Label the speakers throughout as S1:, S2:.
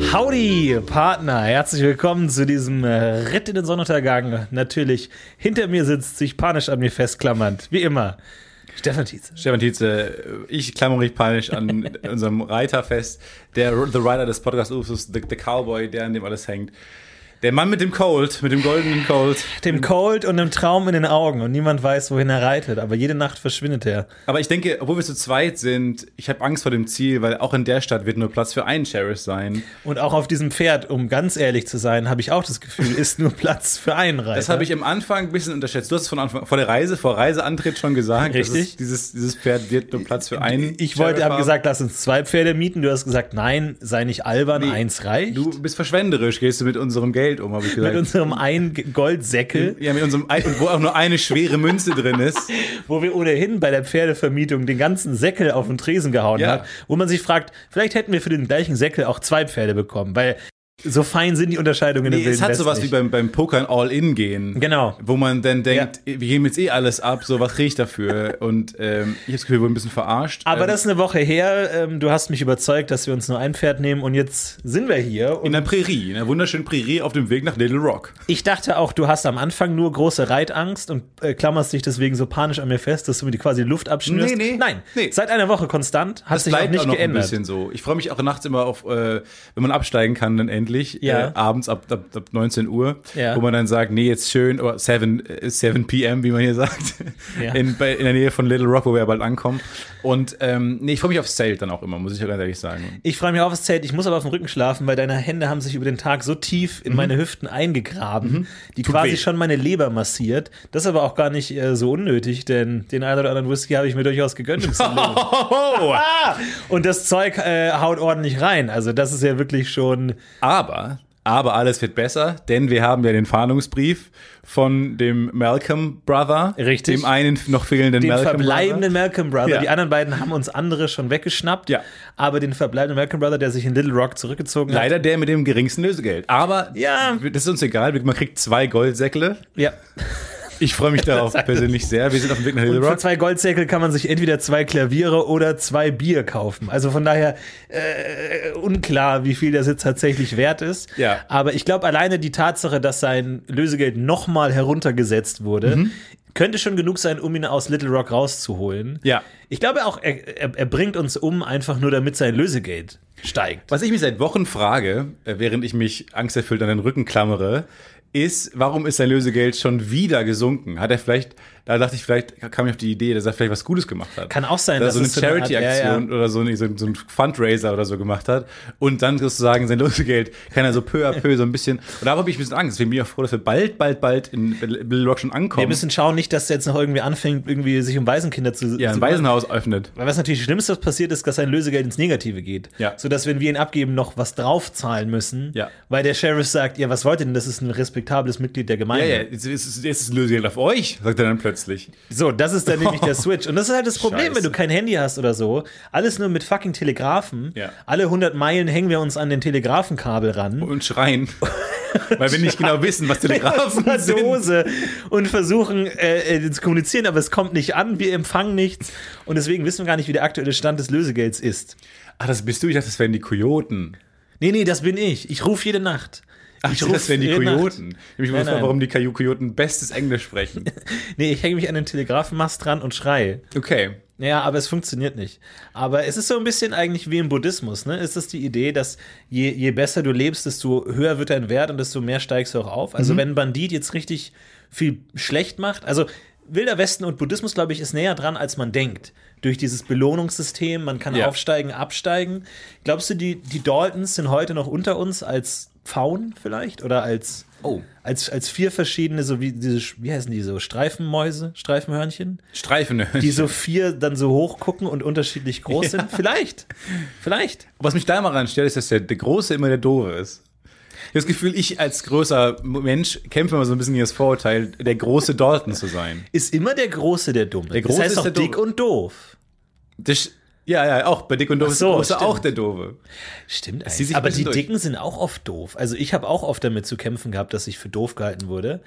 S1: Hey Partner, herzlich willkommen zu diesem äh, Ritt in den Sonnenuntergang. Natürlich, hinter mir sitzt sich panisch an mir festklammernd, wie immer. Stefan Tietze.
S2: Stefan Tietze, ich klammere mich panisch an unserem Reiter fest, der The Rider des Podcasts Usus, the, the Cowboy, der an dem alles hängt. Der Mann mit dem Cold, mit dem goldenen Cold.
S1: Dem Cold und dem Traum in den Augen und niemand weiß, wohin er reitet, aber jede Nacht verschwindet er.
S2: Aber ich denke, obwohl wir zu zweit sind, ich habe Angst vor dem Ziel, weil auch in der Stadt wird nur Platz für einen Sheriff sein.
S1: Und auch auf diesem Pferd, um ganz ehrlich zu sein, habe ich auch das Gefühl, ist nur Platz für einen Reiter.
S2: Das habe ich am Anfang ein bisschen unterschätzt. Du hast es von Anfang, vor der Reise, vor Reiseantritt schon gesagt. dass
S1: Richtig.
S2: es Dieses, dieses Pferd wird nur Platz für einen.
S1: Ich wollte,
S2: Sheriff
S1: habe gesagt, lass uns zwei Pferde mieten. Du hast gesagt, nein, sei nicht albern,
S2: Nee.
S1: eins reicht.
S2: Du bist verschwenderisch, gehst du mit unserem Geld um, habe ich gesagt.
S1: mit unserem einen Goldsäckel,
S2: ja, mit unserem Ei, und wo auch nur eine schwere Münze drin ist.
S1: wo wir ohnehin bei der Pferdevermietung den ganzen Säckel auf den Tresen gehauen
S2: Ja.
S1: haben, wo man sich fragt, vielleicht hätten wir für den gleichen Säckel auch zwei Pferde bekommen, weil so fein sind die Unterscheidungen im
S2: Nee,
S1: Wilden
S2: es hat
S1: Westen
S2: sowas wie
S1: nicht.
S2: beim, beim Pokern All-In gehen.
S1: Genau.
S2: Wo man dann denkt, wir geben jetzt eh alles ab, so was kriege ich dafür? Und ähm, ich habe das Gefühl, wir wurden ein bisschen verarscht.
S1: Aber
S2: ähm,
S1: das ist eine Woche her. Ähm, du hast mich überzeugt, dass wir uns nur ein Pferd nehmen und jetzt sind wir hier.
S2: in
S1: Und
S2: der Prärie, in der wunderschönen Prärie auf dem Weg nach Little Rock.
S1: ich dachte auch, du hast am Anfang nur große Reitangst und äh, klammerst dich deswegen so panisch an mir fest, dass du mir die quasi die Luft abschnürst.
S2: Nee, nee.
S1: Nein,
S2: Nee.
S1: seit einer Woche konstant hat
S2: Das
S1: sich auch
S2: bleibt
S1: nicht
S2: auch noch ein
S1: geändert.
S2: bisschen so. Ich freue mich auch nachts immer auf, äh, wenn man absteigen kann, dann endlich,
S1: Ja.
S2: äh, abends ab, ab, ab 19 Uhr,
S1: Ja.
S2: wo man dann sagt, nee, jetzt schön, oder 7, äh, 7 p.m., wie man hier sagt,
S1: Ja.
S2: in, bei, in der Nähe von Little Rock, wo wir ja bald ankommen. Und ähm, nee, ich freue mich aufs Zelt dann auch immer, muss ich ja ganz ehrlich sagen.
S1: Ich freue mich auf das Zelt. Ich muss aber auf dem Rücken schlafen, weil deine Hände haben sich über den Tag so tief in meine Hüften eingegraben, die quasi
S2: Mhm. weh.
S1: schon meine Leber massiert. Das ist aber auch gar nicht äh, so unnötig, denn den einen oder anderen Whisky habe ich mir durchaus gegönnt. Im Saloon.
S2: Oh.
S1: ah! Und das Zeug äh, haut ordentlich rein. Also das ist ja wirklich schon.
S2: Aber, aber alles wird besser, denn wir haben ja den Fahndungsbrief von dem Malcolm Brother.
S1: Richtig.
S2: Dem einen noch fehlenden
S1: Den
S2: Malcolm
S1: verbleibenden Malcolm Brother.
S2: Ja.
S1: Die anderen beiden haben uns andere schon weggeschnappt.
S2: Ja.
S1: Aber den verbleibenden Malcolm Brother, der sich in Little Rock zurückgezogen hat.
S2: Leider der mit dem geringsten Lösegeld. Aber
S1: Ja.
S2: das ist uns egal. Man kriegt zwei Goldsäckle.
S1: Ja.
S2: Ich freue mich darauf persönlich sehr. Wir sind auf dem Weg nach Little
S1: Für
S2: Rock.
S1: zwei Goldsäckel kann man sich entweder zwei Klaviere oder zwei Bier kaufen. Also von daher äh, unklar, wie viel das jetzt tatsächlich wert ist.
S2: Ja.
S1: Aber ich glaube, alleine die Tatsache, dass sein Lösegeld nochmal heruntergesetzt wurde,
S2: Mhm.
S1: könnte schon genug sein, um ihn aus Little Rock rauszuholen.
S2: Ja.
S1: Ich glaube auch, er, er, er bringt uns um, einfach nur damit sein Lösegeld steigt.
S2: Was ich mich seit Wochen frage, äh, während ich mich angsterfüllt an den Rücken klammere, ist, warum ist sein Lösegeld schon wieder gesunken? Hat er vielleicht, da dachte ich, vielleicht kam ich auf die Idee, dass er vielleicht was Gutes gemacht hat.
S1: Kann auch sein,
S2: dass
S1: dass
S2: er
S1: es
S2: so
S1: so
S2: eine
S1: eine Art-
S2: Charity-Aktion
S1: ja,
S2: oder so, ein- so, ein- so ein Fundraiser oder so gemacht hat und dann sozusagen sein Lösegeld kann er so peu à peu so ein bisschen. Und da habe ich ein bisschen Angst. Deswegen bin ich auch froh, dass wir bald, bald, bald in Little Rock schon ankommen.
S1: Wir müssen schauen, nicht, dass er jetzt noch irgendwie anfängt, irgendwie sich um Waisenkinder zu
S2: ja, ein
S1: zu
S2: Waisenhaus öffnet.
S1: Weil was natürlich Schlimmste, was passiert ist, dass sein Lösegeld ins Negative geht.
S2: Ja.
S1: Sodass, wenn wir ihn abgeben, noch was draufzahlen müssen.
S2: Ja.
S1: Weil der Sheriff sagt, ja, was wollt ihr denn? Das ist ein respektables Mitglied der
S2: Ja,
S1: Gemeinde.
S2: ja, jetzt ist, jetzt ist das Lösegeld auf euch, sagt er dann plötzlich.
S1: So, das ist dann nämlich der Switch. Und das ist halt das Problem, wenn
S2: Scheiße.
S1: du kein Handy hast oder so. Alles nur mit fucking Telegrafen.
S2: Ja.
S1: Alle 100 Meilen hängen wir uns an den Telegrafenkabel ran.
S2: und schreien, weil wir nicht genau wissen, was Telegrafen
S1: Aus der
S2: sind.
S1: Dose und versuchen äh, äh, zu kommunizieren, aber es kommt nicht an, wir empfangen nichts und deswegen wissen wir gar nicht, wie der aktuelle Stand des Lösegelds ist.
S2: Ach, Ah, das bist du. Ich dachte, das wären die Kojoten.
S1: Nee, nee, das bin ich. Ich rufe jede Nacht.
S2: Ach,
S1: ich
S2: ich dachte, das
S1: ruf
S2: wären die
S1: jede Nacht.
S2: Kojoten. Ich habe mich
S1: Nein,
S2: immer gefragt,
S1: nein.
S2: warum die Kaju- Kojoten bestes Englisch sprechen.
S1: Nee, ich hänge mich an den Telegrafenmast dran und schreie.
S2: Okay.
S1: Ja, aber es funktioniert nicht. Aber es ist so ein bisschen eigentlich wie im Buddhismus, ne? Ist das die Idee, dass je, je besser du lebst, desto höher wird dein Wert und desto mehr steigst du auch auf?
S2: Mhm.
S1: Also, wenn ein Bandit jetzt richtig viel schlecht macht, also Wilder Westen und Buddhismus, glaube ich, ist näher dran, als man denkt. Durch dieses Belohnungssystem, man kann
S2: Ja.
S1: aufsteigen, absteigen. Glaubst du, die, die Daltons sind heute noch unter uns als Pfauen vielleicht? Oder als.
S2: Oh.
S1: Als, als vier verschiedene, so wie diese, Sch- wie heißen die so, Streifenmäuse, Streifenhörnchen?
S2: Streifen.
S1: die so vier dann so hoch gucken und unterschiedlich groß sind. Vielleicht. Vielleicht.
S2: Was mich da immer ranstellt, ist, dass der, der Große immer der Doofe ist. Ich habe das Gefühl, ich als größer Mensch kämpfe immer so ein bisschen gegen das Vorurteil, der große Dalton zu sein.
S1: Ist immer der Große der Dumme. Der
S2: Große
S1: das heißt
S2: ist
S1: auch
S2: der
S1: dick
S2: Dumme.
S1: und doof.
S2: Das, ja, ja, auch bei Dick und Doof ist
S1: so,
S2: der Große
S1: stimmt.
S2: auch der Doofe.
S1: Stimmt
S2: zieht
S1: eigentlich.
S2: sich ein
S1: Aber
S2: bisschen
S1: die
S2: durch.
S1: Dicken sind auch oft doof. Also ich habe auch oft damit zu kämpfen gehabt, dass ich für doof gehalten wurde.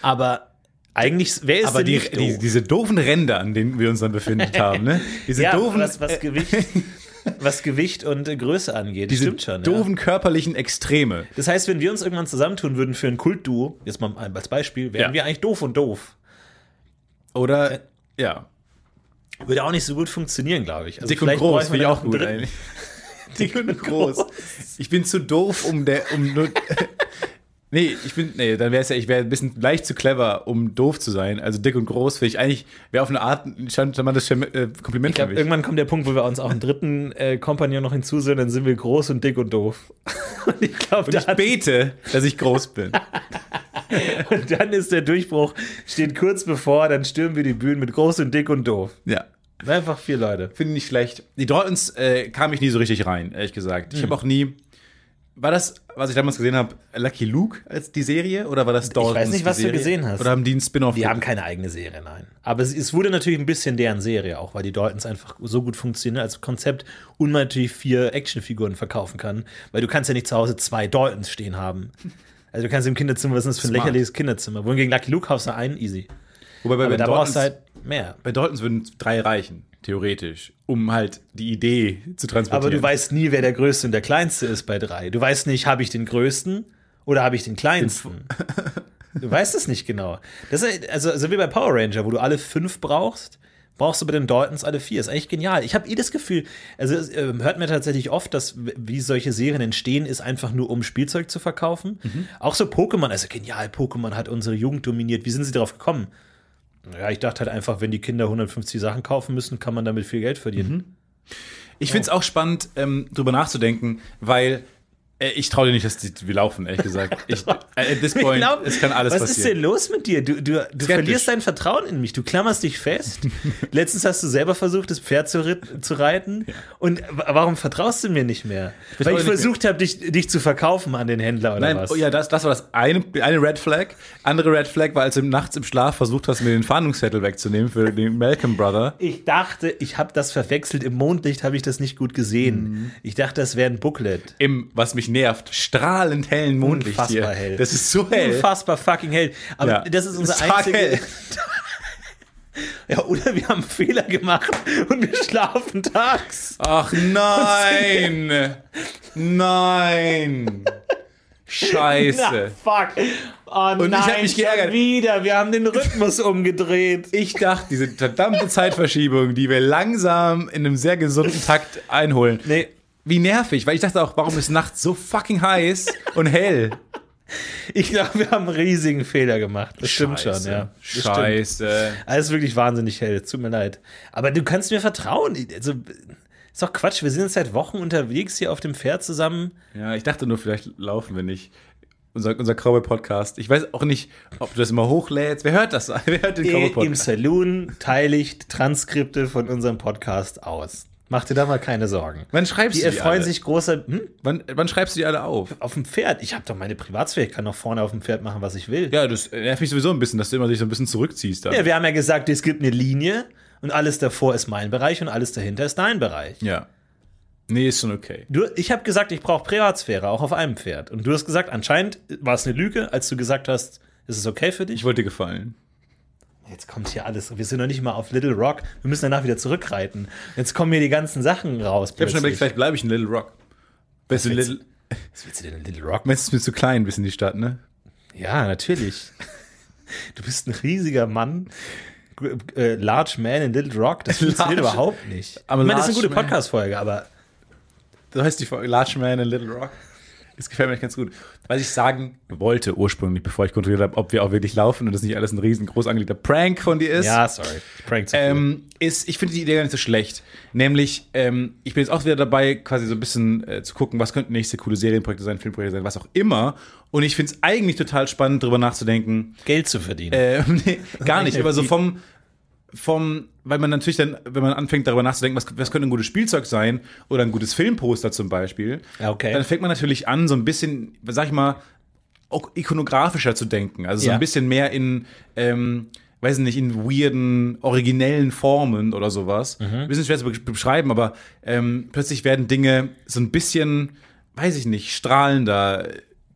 S1: Aber Eigentlich, wer ist
S2: Aber
S1: denn
S2: die,
S1: nicht
S2: die,
S1: doof?
S2: diese doofen Ränder, an denen wir uns dann befinden haben, ne? Diese
S1: ja,
S2: doofen, äh,
S1: was, was, Gewicht, was Gewicht und äh, Größe angeht,
S2: diese
S1: stimmt schon. ja.
S2: doofen körperlichen Extreme.
S1: Das heißt, wenn wir uns irgendwann zusammentun würden für ein Kultduo, jetzt mal als Beispiel, wären
S2: Ja.
S1: wir eigentlich doof und doof.
S2: Oder, ja.
S1: Würde auch nicht so gut funktionieren, glaube ich. Also
S2: Dick und
S1: vielleicht
S2: groß
S1: bräuchten wir
S2: finde ich
S1: dann noch
S2: auch
S1: einen
S2: gut
S1: dritten.
S2: eigentlich. Dick und groß. Ich bin zu doof, um der, um nur. Nee, ich bin, nee, dann wäre es ja, ich wäre ein bisschen leicht zu clever, um doof zu sein. Also dick und groß finde ich eigentlich, wäre auf eine Art ein charmantes Schem- äh, Kompliment
S1: Ich glaube,
S2: für mich.
S1: irgendwann kommt der Punkt, wo wir uns auch einen dritten äh, Kompagnon noch hinzusehen, dann sind wir groß und dick und doof. Und ich glaube,
S2: Und ich
S1: dann,
S2: bete, dass ich groß bin.
S1: und dann ist der Durchbruch, steht kurz bevor, dann stürmen wir die Bühnen mit groß und dick und doof.
S2: Ja.
S1: Einfach vier Leute.
S2: Finde ich nicht schlecht. Die Daltons äh, kam ich nie so richtig rein, ehrlich gesagt.
S1: Hm.
S2: Ich habe auch nie. War das, was ich damals gesehen habe, Lucky Luke als die Serie? Oder war das Daltons?
S1: weiß nicht,
S2: die
S1: was du
S2: Serie?
S1: gesehen hast.
S2: Oder haben die einen Spin-off?
S1: Die haben keine eigene Serie, nein. Aber es, es wurde natürlich ein bisschen deren Serie auch, weil die Daltons einfach so gut funktionieren als Konzept und man natürlich vier Actionfiguren verkaufen kann, weil du kannst ja nicht zu Hause zwei Daltons stehen haben. Also du kannst im Kinderzimmer, was ist das für ein
S2: Smart.
S1: lächerliches Kinderzimmer? Wohingegen Lucky Luke kaufst du einen, easy.
S2: Wobei bei,
S1: Aber
S2: den
S1: da brauchst
S2: Daltons,
S1: du halt mehr.
S2: bei Daltons würden drei reichen, theoretisch, um halt die Idee zu transportieren.
S1: Aber du weißt nie, wer der Größte und der Kleinste ist bei drei. Du weißt nicht, habe ich den Größten oder habe ich den Kleinsten? Du weißt es nicht genau. Das ist, also, also wie bei Power Ranger, wo du alle fünf brauchst, brauchst du bei den Daltons alle vier. Ist eigentlich genial. Ich habe eh das Gefühl, also es, ähm, hört mir tatsächlich oft, dass w- wie solche Serien entstehen, ist einfach nur, um Spielzeug zu verkaufen. Auch so Pokémon, also genial, Pokémon hat unsere Jugend dominiert. Wie sind sie darauf gekommen? Ja, ich dachte halt einfach, wenn die Kinder 150 Sachen kaufen müssen, kann man damit viel Geld verdienen.
S2: Ich finde es auch spannend, ähm, drüber nachzudenken, weil äh, ich traue dir nicht, dass die, wir laufen, ehrlich gesagt. Ich, äh, at this
S1: Ich
S2: point,
S1: glaub,
S2: es kann alles
S1: was
S2: passieren.
S1: ist denn los mit dir? Du, du, du verlierst dein Vertrauen in mich. Du klammerst dich fest. Letztens hast du selber versucht, das Pferd zu, rit- zu reiten. Und w- warum vertraust du mir nicht mehr? Weil
S2: vertraue
S1: ich
S2: dir nicht
S1: versucht habe, dich, dich zu verkaufen an den Händler oder
S2: Nein,
S1: was?
S2: oh ja, das, das war das eine, eine Red Flag. Andere Red Flag war, als du nachts im Schlaf versucht hast, mir den Fahndungszettel wegzunehmen für den Malcolm Brother.
S1: Ich dachte, ich habe das verwechselt. Im Mondlicht habe ich das nicht gut gesehen.
S2: Mhm.
S1: Ich dachte, das wäre ein Booklet.
S2: Im, was mich nervt, strahlend hellen Mondlicht
S1: Unfassbar
S2: hier.
S1: hell.
S2: Das ist so hell.
S1: Unfassbar fucking hell. Aber
S2: Ja.
S1: das ist unser
S2: Sag
S1: einzige.
S2: hell.
S1: ja, oder wir haben einen Fehler gemacht und wir schlafen tags.
S2: Ach nein! nein! Scheiße.
S1: Na, fuck. Oh
S2: Und ich
S1: nein,
S2: hab mich
S1: schon
S2: geärgert.
S1: wieder. Wir haben den Rhythmus umgedreht.
S2: Ich dachte, diese verdammte Zeitverschiebung, die wir langsam in einem sehr gesunden Takt einholen.
S1: Nee,
S2: Wie nervig, weil ich dachte auch, warum ist nachts so fucking heiß und hell?
S1: ich glaube, wir haben einen riesigen Fehler gemacht. Das stimmt schon, ja. Das stimmt.
S2: Scheiße.
S1: Alles wirklich wahnsinnig hell. Tut mir leid. Aber du kannst mir vertrauen. Also, ist doch Quatsch. Wir sind jetzt seit Wochen unterwegs hier auf dem Pferd zusammen.
S2: Ja, ich dachte nur, vielleicht laufen wir nicht. Unser, unser Cowboy-Podcast. Ich weiß auch nicht, ob du das immer hochlädst. Wer hört das? Wer hört den
S1: Im
S2: Cowboy-Podcast?
S1: Saloon teile ich Transkripte von unserem Podcast aus. Mach dir da mal keine Sorgen.
S2: Wann schreibst
S1: Die
S2: du die
S1: erfreuen
S2: alle?
S1: sich großer. Hm?
S2: Wann, wann schreibst du die alle auf?
S1: Auf dem Pferd. Ich habe doch meine Privatsphäre. Ich kann doch vorne auf dem Pferd machen, was ich will.
S2: Ja, das nervt mich sowieso ein bisschen, dass du immer dich so ein bisschen zurückziehst. Dann.
S1: Ja, wir haben ja gesagt, es gibt eine Linie und alles davor ist mein Bereich und alles dahinter ist dein Bereich.
S2: ja. Nee, ist schon okay.
S1: Du, ich habe gesagt, ich brauche Privatsphäre, auch auf einem Pferd. Und du hast gesagt, anscheinend war es eine Lüge, als du gesagt hast, ist es okay für dich?
S2: Ich wollte dir gefallen.
S1: Jetzt kommt hier alles. Wir sind noch nicht mal auf Little Rock. Wir müssen danach wieder zurückreiten. Jetzt kommen hier die ganzen Sachen raus.
S2: Ich habe schon überlegt, vielleicht bleibe ich in Little Rock. Weißt du,
S1: Jetzt-
S2: Little,
S1: Was willst du denn in Little Rock?
S2: meinst du, es ist mir zu klein, ein bisschen die Stadt, ne?
S1: Ja, natürlich. Du bist ein riesiger Mann. G- äh, Large Man in Little Rock, das funktioniert
S2: Large-
S1: überhaupt nicht.
S2: Aber
S1: ich meine, das ist
S2: Large
S1: eine gute
S2: Man-
S1: Podcast-Folge, aber
S2: So heißt die Folge Large Man in Little Rock. Das gefällt mir eigentlich ganz gut. Was ich sagen wollte ursprünglich, bevor ich kontrolliert habe, ob wir auch wirklich laufen und das nicht alles ein riesengroß angelegter Prank von dir ist.
S1: ja, sorry. Prank zu viel.
S2: Ähm, ist, ich finde die Idee gar nicht so schlecht. Nämlich, ähm, ich bin jetzt auch wieder dabei, quasi so ein bisschen äh, zu gucken, was könnten nächste coole Serienprojekte sein, Filmprojekte sein, was auch immer. Und ich finde es eigentlich total spannend, drüber nachzudenken.
S1: Geld zu verdienen.
S2: Ähm, nee, gar nicht,
S1: Okay.
S2: aber so vom, vom, weil man natürlich dann, wenn man anfängt darüber nachzudenken, was, was könnte ein gutes Spielzeug sein oder ein gutes Filmposter zum Beispiel,
S1: Ja, okay.
S2: dann fängt man natürlich an, so ein bisschen, sag ich mal, auch ikonografischer zu denken. Also so
S1: Ja.
S2: ein bisschen mehr in, ähm, weiß nicht, in weirden, originellen Formen oder sowas. Ein bisschen schwer zu be- beschreiben, aber ähm, plötzlich werden Dinge so ein bisschen, weiß ich nicht, strahlender,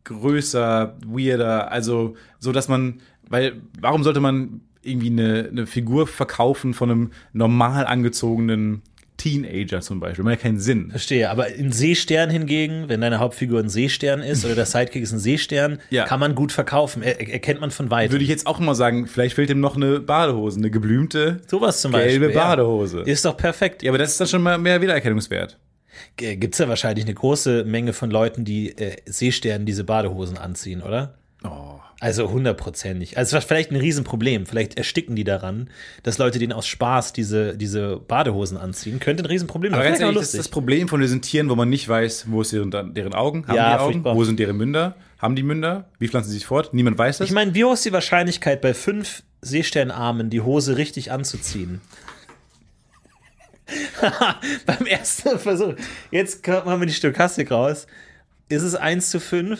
S2: größer, weirder. Also so, dass man Weil warum sollte man irgendwie eine, eine Figur verkaufen von einem normal angezogenen Teenager zum Beispiel? Macht ja keinen Sinn.
S1: Verstehe, aber ein Seestern hingegen, wenn deine Hauptfigur ein Seestern ist oder der Sidekick ist ein Seestern,
S2: Ja.
S1: kann man gut verkaufen. Er, er- erkennt man von weitem.
S2: Würde ich jetzt auch immer sagen, vielleicht fehlt ihm noch eine Badehose, eine geblümte
S1: Sowas zum Beispiel.
S2: gelbe
S1: ja.
S2: Badehose.
S1: Ist doch perfekt.
S2: Ja, aber das ist dann schon mal mehr Wiedererkennungswert.
S1: Gibt es ja wahrscheinlich eine große Menge von Leuten, die äh, Seesternen diese Badehosen anziehen, oder?
S2: Oh.
S1: Also hundertprozentig. Also es war vielleicht ein Riesenproblem. Vielleicht ersticken die daran, dass Leute denen aus Spaß diese, diese Badehosen anziehen. Könnte ein Riesenproblem sein.
S2: Aber ganz
S1: Vielleicht auch
S2: ehrlich, das ist das Problem von diesen Tieren, wo man nicht weiß, wo ist deren, deren Augen, haben
S1: Ja,
S2: die Augen,
S1: furchtbar.
S2: wo sind deren Münder, haben die Münder, wie pflanzen sie sich fort, niemand weiß das.
S1: Ich meine, wie hoch ist die Wahrscheinlichkeit, bei fünf Seesternarmen die Hose richtig anzuziehen? Haha, Beim ersten Versuch. Jetzt kommt- machen wir die Stochastik raus. Ist es 1 zu 5?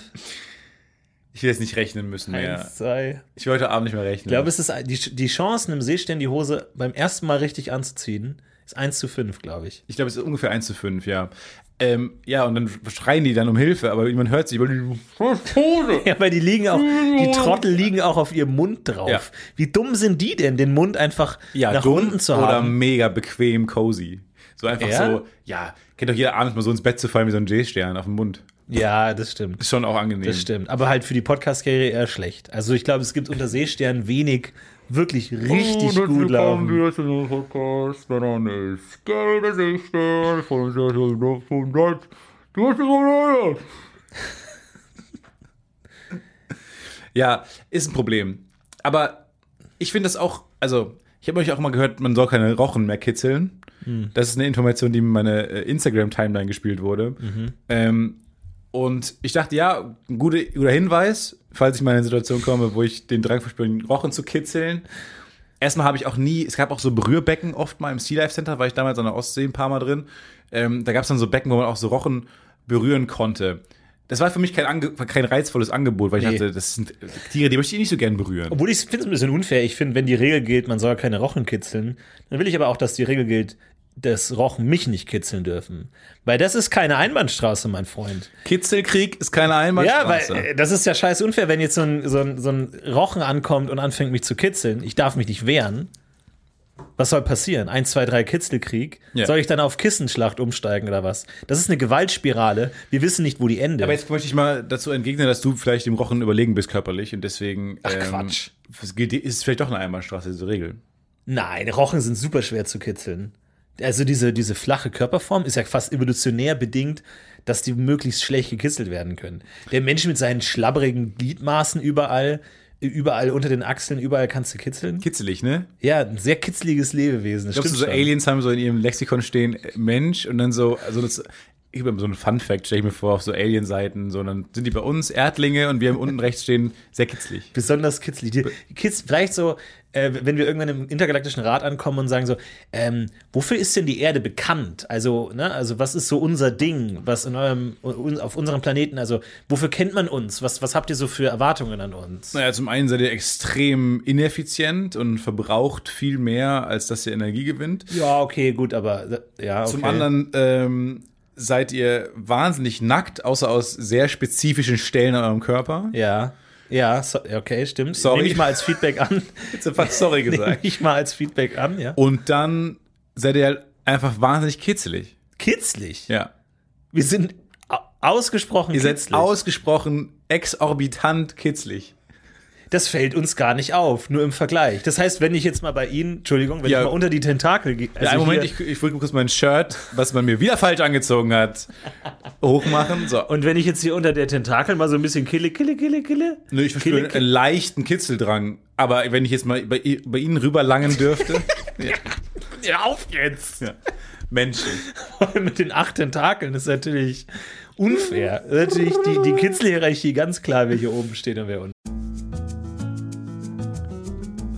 S2: Ich will jetzt nicht rechnen müssen mehr.
S1: 1, 2.
S2: Ich will heute Abend nicht mehr rechnen.
S1: Ich glaube, es ist die, die Chance, einem Seestern die Hose beim ersten Mal richtig anzuziehen, ist 1 zu 5, glaube ich.
S2: Ich glaube, es ist ungefähr 1 zu 5, ja. Ähm, ja, und dann schreien die dann um Hilfe, aber man hört sie über die Hose.
S1: Ja, weil die liegen auch, die Trottel liegen auch auf ihrem Mund drauf.
S2: Ja.
S1: Wie dumm sind die denn, den Mund einfach nach
S2: dumm
S1: unten zu
S2: Oder
S1: haben?
S2: mega bequem cozy. So einfach
S1: Ja?
S2: so, ja, kennt doch jeder abends mal so ins Bett zu fallen wie so ein J-Stern auf dem Mund.
S1: Ja, das stimmt.
S2: Ist schon auch angenehm.
S1: Das stimmt. Aber halt für die Podcast-Karriere eher schlecht. Also ich glaube, es gibt unter Seesternen wenig wirklich
S2: Oh,
S1: richtig gut laufen.
S2: Wir zu dem Podcast, mein Name ist Gelbe Sichter von der von Deutsch. Du hast es Ja, ist ein Problem. Aber ich finde das auch, also ich habe euch auch mal gehört, man soll keine Rochen mehr kitzeln. Das ist eine Information, die in meine äh, Instagram-Timeline gespielt wurde. Ähm, und ich dachte, ja, ein guter, guter Hinweis, falls ich mal in eine Situation komme, wo ich den Drang verspüre, den Rochen zu kitzeln. Erstmal habe ich auch nie, es gab auch so Berührbecken oft mal im Sea Life Center, war ich damals an der Ostsee ein paar Mal drin. Ähm, da gab es dann so Becken, wo man auch so Rochen berühren konnte. Das war für mich kein, Ange kein reizvolles Angebot, weil ich
S1: Nee.
S2: dachte, das sind Tiere, die möchte ich nicht so gern berühren.
S1: Obwohl ich finde es ein bisschen unfair. Ich finde, wenn die Regel gilt, man soll keine Rochen kitzeln, dann will ich aber auch, dass die Regel gilt, dass Rochen mich nicht kitzeln dürfen. Weil das ist keine Einbahnstraße, mein Freund.
S2: Kitzelkrieg ist keine
S1: Ja, weil
S2: Einbahnstraße.
S1: äh, das ist ja scheiß unfair, wenn jetzt so ein, so, ein, so ein Rochen ankommt und anfängt mich zu kitzeln. Ich darf mich nicht wehren. Was soll passieren? Eins, zwei, drei Kitzelkrieg?
S2: Ja.
S1: Soll ich dann auf Kissenschlacht umsteigen oder was? Das ist eine Gewaltspirale. Wir wissen nicht, wo die endet.
S2: aber jetzt möchte ich mal dazu entgegnen, dass du vielleicht dem Rochen überlegen bist körperlich und deswegen. Ach
S1: Quatsch.
S2: Es geht- ist vielleicht doch eine Einbahnstraße, diese Regel.
S1: Nein, Rochen sind super schwer zu kitzeln. Also diese, diese flache Körperform ist ja fast evolutionär bedingt, dass die möglichst schlecht gekitzelt werden können. Der Mensch mit seinen schlabberigen Gliedmaßen überall, überall unter den Achseln, überall kannst du kitzeln.
S2: Kitzelig, ne?
S1: Ja, ein sehr kitzliges Lebewesen. Das
S2: Glaubst du,
S1: stimmt
S2: so
S1: schon.
S2: Aliens haben so in ihrem Lexikon stehen äh, Mensch und dann so, also das, ich hab immer so einen Fun-Fact, stelle ich mir vor, auf so Alien-Seiten, so, dann sind die bei uns Erdlinge und wir haben unten rechts stehen, sehr kitzlig.
S1: Besonders kitzlig. Die Kids, vielleicht so, äh, wenn wir irgendwann im intergalaktischen Rat ankommen und sagen so, ähm, wofür ist denn die Erde bekannt? Also, ne, also was ist so unser Ding, was in eurem, un, auf unserem Planeten, also wofür kennt man uns? Was, was habt ihr so für Erwartungen an uns?
S2: Naja, zum einen seid ihr extrem ineffizient und verbraucht viel mehr, als dass ihr Energie gewinnt.
S1: Ja, okay, gut, aber äh, ja, okay.
S2: Zum anderen ähm, seid ihr wahnsinnig nackt, außer aus sehr spezifischen Stellen an eurem Körper.
S1: Ja. Ja, so, okay, stimmt.
S2: Sorry.
S1: Nehme ich mal als Feedback an.
S2: Jetzt hab ich fast sorry
S1: Nehme
S2: gesagt.
S1: ich mal als Feedback an, ja.
S2: Und dann seid ihr halt einfach wahnsinnig kitzelig.
S1: Kitzlig.
S2: Ja.
S1: Wir sind au- ausgesprochen
S2: Ihr seid
S1: kitzlig.
S2: ausgesprochen exorbitant kitzlig.
S1: das fällt uns gar nicht auf, nur im Vergleich. Das heißt, wenn ich jetzt mal bei Ihnen, Entschuldigung, wenn
S2: Ja.
S1: ich mal unter die Tentakel gehe. Also
S2: Also Einen Moment,
S1: hier-
S2: ich, ich wollte kurz mein Shirt, was man mir wieder falsch angezogen hat, hochmachen. So.
S1: und wenn ich jetzt hier unter der Tentakel mal so ein bisschen kille, kille, kille, kille.
S2: Nö, ich verspüre
S1: Kille,
S2: einen leichten Kitzeldrang. Aber wenn ich jetzt mal bei, i- bei Ihnen rüberlangen dürfte.
S1: kille, auf jetzt!
S2: ja. Menschen.
S1: Mit den acht Tentakeln ist natürlich unfair. Das ist natürlich die, die Kitzelhierarchie ganz klar, wer hier oben steht und wer unten.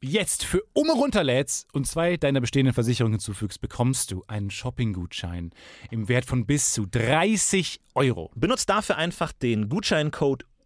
S3: jetzt für immer runterlädst und zwei deiner bestehenden Versicherungen hinzufügst, bekommst du einen Shopping-Gutschein im Wert von bis zu 30 Euro.
S4: Benutzt dafür einfach den Gutscheincode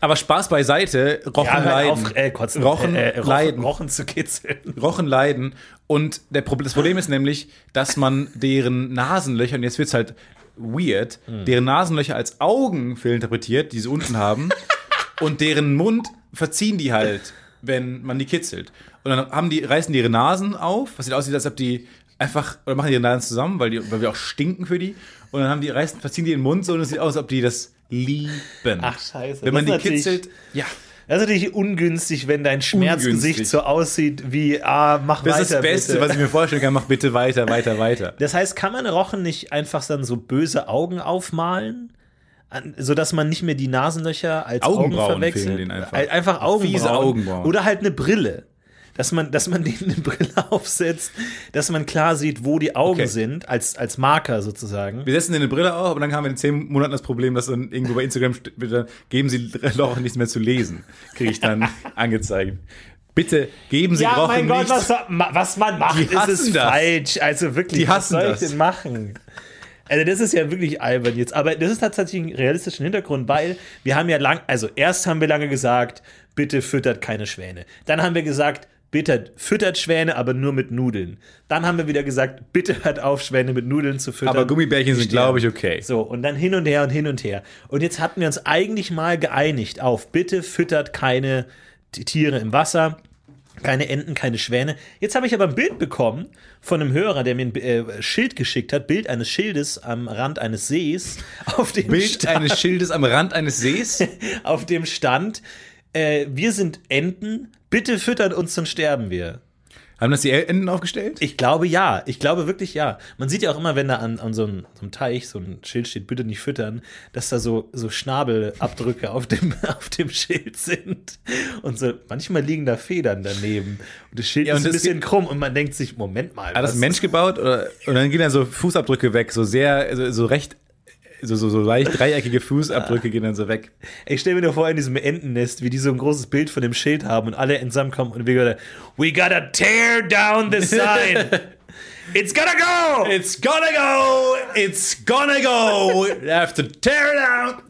S2: Aber Spaß beiseite, Rochen leiden.
S1: äh, kotzen,
S2: Rochen
S1: äh, äh, rochen,
S2: leiden.
S1: rochen zu kitzeln.
S2: Rochen leiden. Und der Pro das Problem ist nämlich, dass man deren Nasenlöcher, und jetzt wird's halt weird,
S1: Hm.
S2: deren Nasenlöcher als Augen fehlinterpretiert, die sie unten haben, und deren Mund verziehen die halt, wenn man die kitzelt. Und dann haben die, reißen die ihre Nasen auf, was sieht aussieht, als ob die einfach, oder machen ihre Nasen zusammen, weil, die, weil wir auch stinken für die. Und dann haben die, reißen, verziehen die ihren Mund so und es sieht aus, als ob die das lieben.
S1: Ach, scheiße.
S2: Wenn man die
S1: Das ist natürlich-
S2: kitzelt, ja.
S1: Das ist natürlich ungünstig, wenn dein Schmerzgesicht
S2: Ungünstig.
S1: so aussieht wie, ah, mach
S2: Das
S1: weiter.
S2: ist das Beste,
S1: bitte.
S2: was ich mir vorstellen kann. Mach bitte weiter, weiter, weiter.
S1: Das heißt, kann man Rochen nicht einfach dann so böse Augen aufmalen? An- Sodass man nicht mehr die Nasenlöcher als Augen
S2: Augenbrauen
S1: verwechselt.
S2: fehlen denen einfach.
S1: Ein- einfach Augenbrauen.
S2: Fiese Augenbrauen.
S1: Oder halt eine Brille. Dass man, dass man denen eine Brille aufsetzt, dass man klar sieht, wo die Augen
S2: Okay.
S1: sind, als, als Marker sozusagen.
S2: Wir setzen dir eine Brille auf, aber dann haben wir in zehn Monaten das Problem, dass dann irgendwo bei Instagram steht, bitte geben Sie Loch nichts mehr zu lesen. Kriege ich dann angezeigt. Bitte geben Sie
S1: Ja,
S2: Rochen
S1: mein Gott,
S2: nichts.
S1: was, ma- was man macht,
S2: Die
S1: ist es
S2: hassen das.
S1: falsch. Also wirklich,
S2: Die hassen
S1: was soll ich
S2: das.
S1: denn machen? Also das ist ja wirklich albern jetzt, aber das ist tatsächlich einen realistischen Hintergrund, weil wir haben ja lang, also erst haben wir lange gesagt, bitte füttert keine Schwäne. Dann haben wir gesagt, bitte füttert Schwäne, aber nur mit Nudeln. Dann haben wir wieder gesagt, bitte hört auf, Schwäne mit Nudeln zu füttern.
S2: aber Gummibärchen sind, glaube ich, okay.
S1: So, und dann hin und her und hin und her. Und jetzt hatten wir uns eigentlich mal geeinigt auf, bitte füttert keine T- Tiere im Wasser, keine Enten, keine Schwäne. Jetzt habe ich aber ein Bild bekommen von einem Hörer, der mir ein äh, Schild geschickt hat, Bild eines Schildes am Rand eines Sees, auf dem,
S2: Bild
S1: sta-
S2: eines Schildes am Rand eines Sees.
S1: auf dem stand, äh, wir sind Enten, bitte füttert uns, sonst sterben wir.
S2: Haben das die Enden aufgestellt?
S1: Ich glaube ja. Ich glaube wirklich ja. Man sieht ja auch immer, wenn da an, an so, einem, so einem Teich so ein Schild steht, bitte nicht füttern, dass da so, so Schnabelabdrücke auf dem, auf dem Schild sind. Und so, manchmal liegen da Federn daneben. Und das Schild
S2: Ja, und
S1: ist ein
S2: das
S1: bisschen krumm und man denkt sich, Moment mal.
S2: Hat das ein Mensch gebaut? Oder, und dann gehen dann so Fußabdrücke weg, so sehr, so, so recht, so, so, so leicht dreieckige
S1: Ah.
S2: Fußabdrücke gehen dann so weg.
S1: Ich stelle mir nur vor, in diesem Entennest, wie die so ein großes Bild von dem Schild haben und alle zusammenkommen und wir gesagt, we gotta tear down the sign. It's gotta go!
S2: It's gonna go! It's gonna go! You have to tear it out!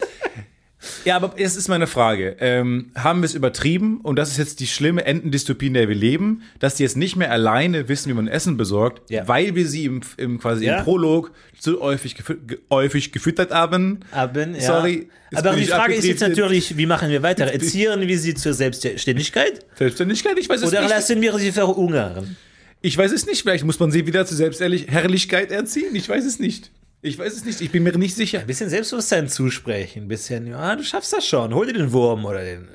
S2: Ja, aber es ist meine Frage. Ähm, haben wir es übertrieben? Und das ist jetzt die schlimme Entendystopie, in der wir leben, dass die jetzt nicht mehr alleine wissen, wie man Essen besorgt,
S1: Ja.
S2: weil wir sie im, im quasi
S1: Ja.
S2: im Prolog zu häufig, gefü ge- häufig gefüttert haben.
S1: Haben, ja.
S2: Sorry, jetzt
S1: Aber
S2: bin
S1: die
S2: ich
S1: Frage ist jetzt
S2: abgedriftet.
S1: natürlich, wie machen wir weiter? Erziehen wir sie zur Selbstständigkeit
S2: Selbstständigkeit, ich weiß es
S1: oder
S2: nicht.
S1: lassen wir sie verhungern?
S2: Ich weiß es nicht. Vielleicht muss man sie wieder zur Selbstherrlichkeit erziehen. Ich weiß es nicht. Ich weiß es nicht. Ich bin mir nicht sicher.
S1: Ein bisschen Selbstbewusstsein zusprechen, ein bisschen, ja, du schaffst das schon, hol dir den äh, Wurm oder den.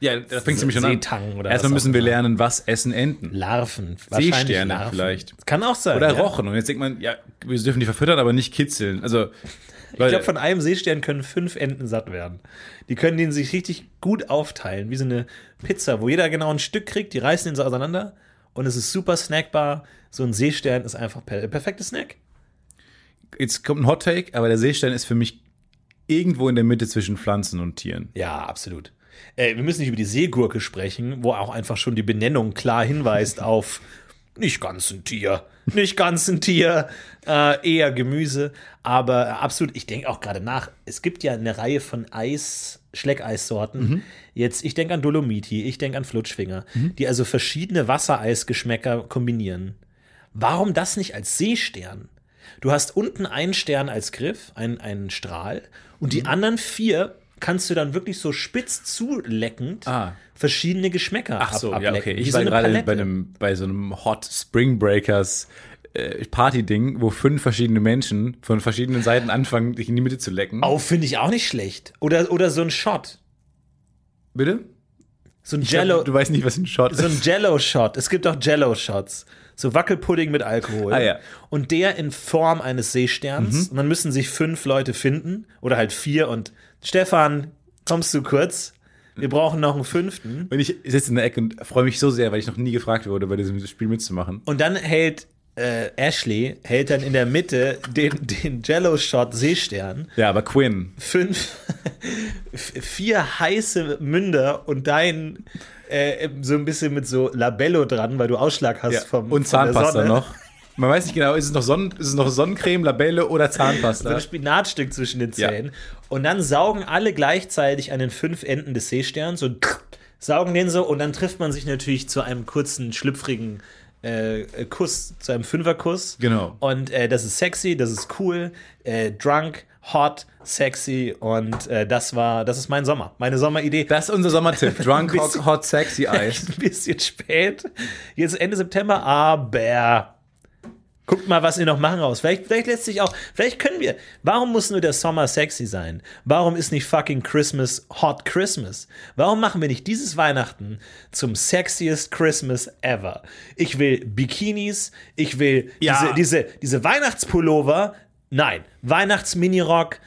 S2: Ja, da fängt nämlich schon an.
S1: Seetangen oder
S2: Erstmal
S1: was
S2: müssen
S1: auch
S2: wir
S1: immer.
S2: lernen, was Essen enden.
S1: Larven. wahrscheinlich
S2: Seesterne
S1: Larven.
S2: vielleicht.
S1: Kann auch sein.
S2: Oder
S1: ja.
S2: rochen. Und jetzt denkt man, ja, wir dürfen die verfüttern, aber nicht kitzeln. Also,
S1: Ich
S2: Leute,
S1: glaube, von einem Seestern können fünf Enten satt werden. Die können den sich richtig gut aufteilen, wie so eine Pizza, wo jeder genau ein Stück kriegt, die reißen den so auseinander und es ist super snackbar. So ein Seestern ist einfach per perfektes Snack.
S2: jetzt kommt ein Hot Take, aber der Seestern ist für mich irgendwo in der Mitte zwischen Pflanzen und Tieren.
S1: Ja, absolut. Äh, wir müssen nicht über die Seegurke sprechen, wo auch einfach schon die Benennung klar hinweist auf nicht ganz ein Tier, nicht ganz ein Tier, äh, eher Gemüse. Aber äh, absolut, ich denke auch gerade nach, es gibt ja eine Reihe von Eis, Schleckeissorten. Jetzt, ich denke an Dolomiti, ich denke an Flutschfinger, die also verschiedene Wassereisgeschmäcker kombinieren. Warum das nicht als Seestern? Du hast unten einen Stern als Griff, einen, einen Strahl, und
S2: Mhm.
S1: die anderen vier kannst du dann wirklich so spitz zuleckend
S2: Ah.
S1: verschiedene Geschmäcker
S2: Ach so,
S1: ab,
S2: ja,
S1: ablecken.
S2: okay.
S1: Wie
S2: Ich
S1: so
S2: war
S1: eine
S2: gerade
S1: Palette.
S2: bei, einem, bei so einem Hot Spring Breakers äh, Party-Ding, wo fünf verschiedene Menschen von verschiedenen Seiten anfangen, sich in die Mitte zu lecken.
S1: Oh, finde ich auch nicht schlecht. Oder, oder so ein Shot.
S2: Bitte?
S1: So ein
S2: Ich glaub,
S1: Jello,
S2: Du weißt nicht, was ein Shot ist.
S1: so ein Jello-Shot. Es gibt auch Jello-Shots. So Wackelpudding mit Alkohol.
S2: Ah, ja. Mhm.
S1: Und der in Form eines Seesterns. Und dann müssen sich fünf Leute finden. Oder halt vier. Und Stefan, kommst du kurz? Wir brauchen noch einen fünften.
S2: und ich sitze in der Ecke und freue mich so sehr, weil ich noch nie gefragt wurde, bei diesem Spiel mitzumachen.
S1: Und dann hält äh, Ashley, hält dann in der Mitte den, den Jello-Shot Seestern.
S2: Ja, aber Quinn.
S1: fünf, f- vier heiße Münder und dein äh, so ein bisschen mit so Labello dran, weil du Ausschlag hast
S2: Ja.
S1: vom
S2: und
S1: von der
S2: Zahnpasta
S1: Sonne.
S2: noch. Man weiß nicht genau, ist es noch, Sonnen, ist es noch Sonnencreme, Labelle oder
S1: So ein
S2: Zahnpasta?
S1: Spinatstück zwischen den
S2: Ja.
S1: Zähnen. Und dann saugen alle gleichzeitig an den fünf Enden des Seesterns und saugen den so und dann trifft man sich natürlich zu einem kurzen, schlüpfrigen äh, Kuss, zu einem Fünferkuss.
S2: Genau.
S1: Und äh, das ist sexy, das ist cool, äh, drunk, hot, sexy und äh, das war, das ist mein Sommer, meine Sommeridee.
S2: Das ist unser Sommertipp. Drunk, hot,
S1: bisschen-
S2: hot, sexy Eis.
S1: Echt ein bisschen spät. Jetzt Ende September, aber guckt mal, was ihr noch machen raus. Vielleicht, vielleicht lässt sich auch, vielleicht können wir. Warum muss nur der Sommer sexy sein? Warum ist nicht fucking Christmas Hot Christmas? Warum machen wir nicht dieses Weihnachten zum sexiest Christmas ever? Ich will Bikinis, ich will diese,
S2: Ja.
S1: diese, diese Weihnachtspullover. Nein, Weihnachts-Minirock,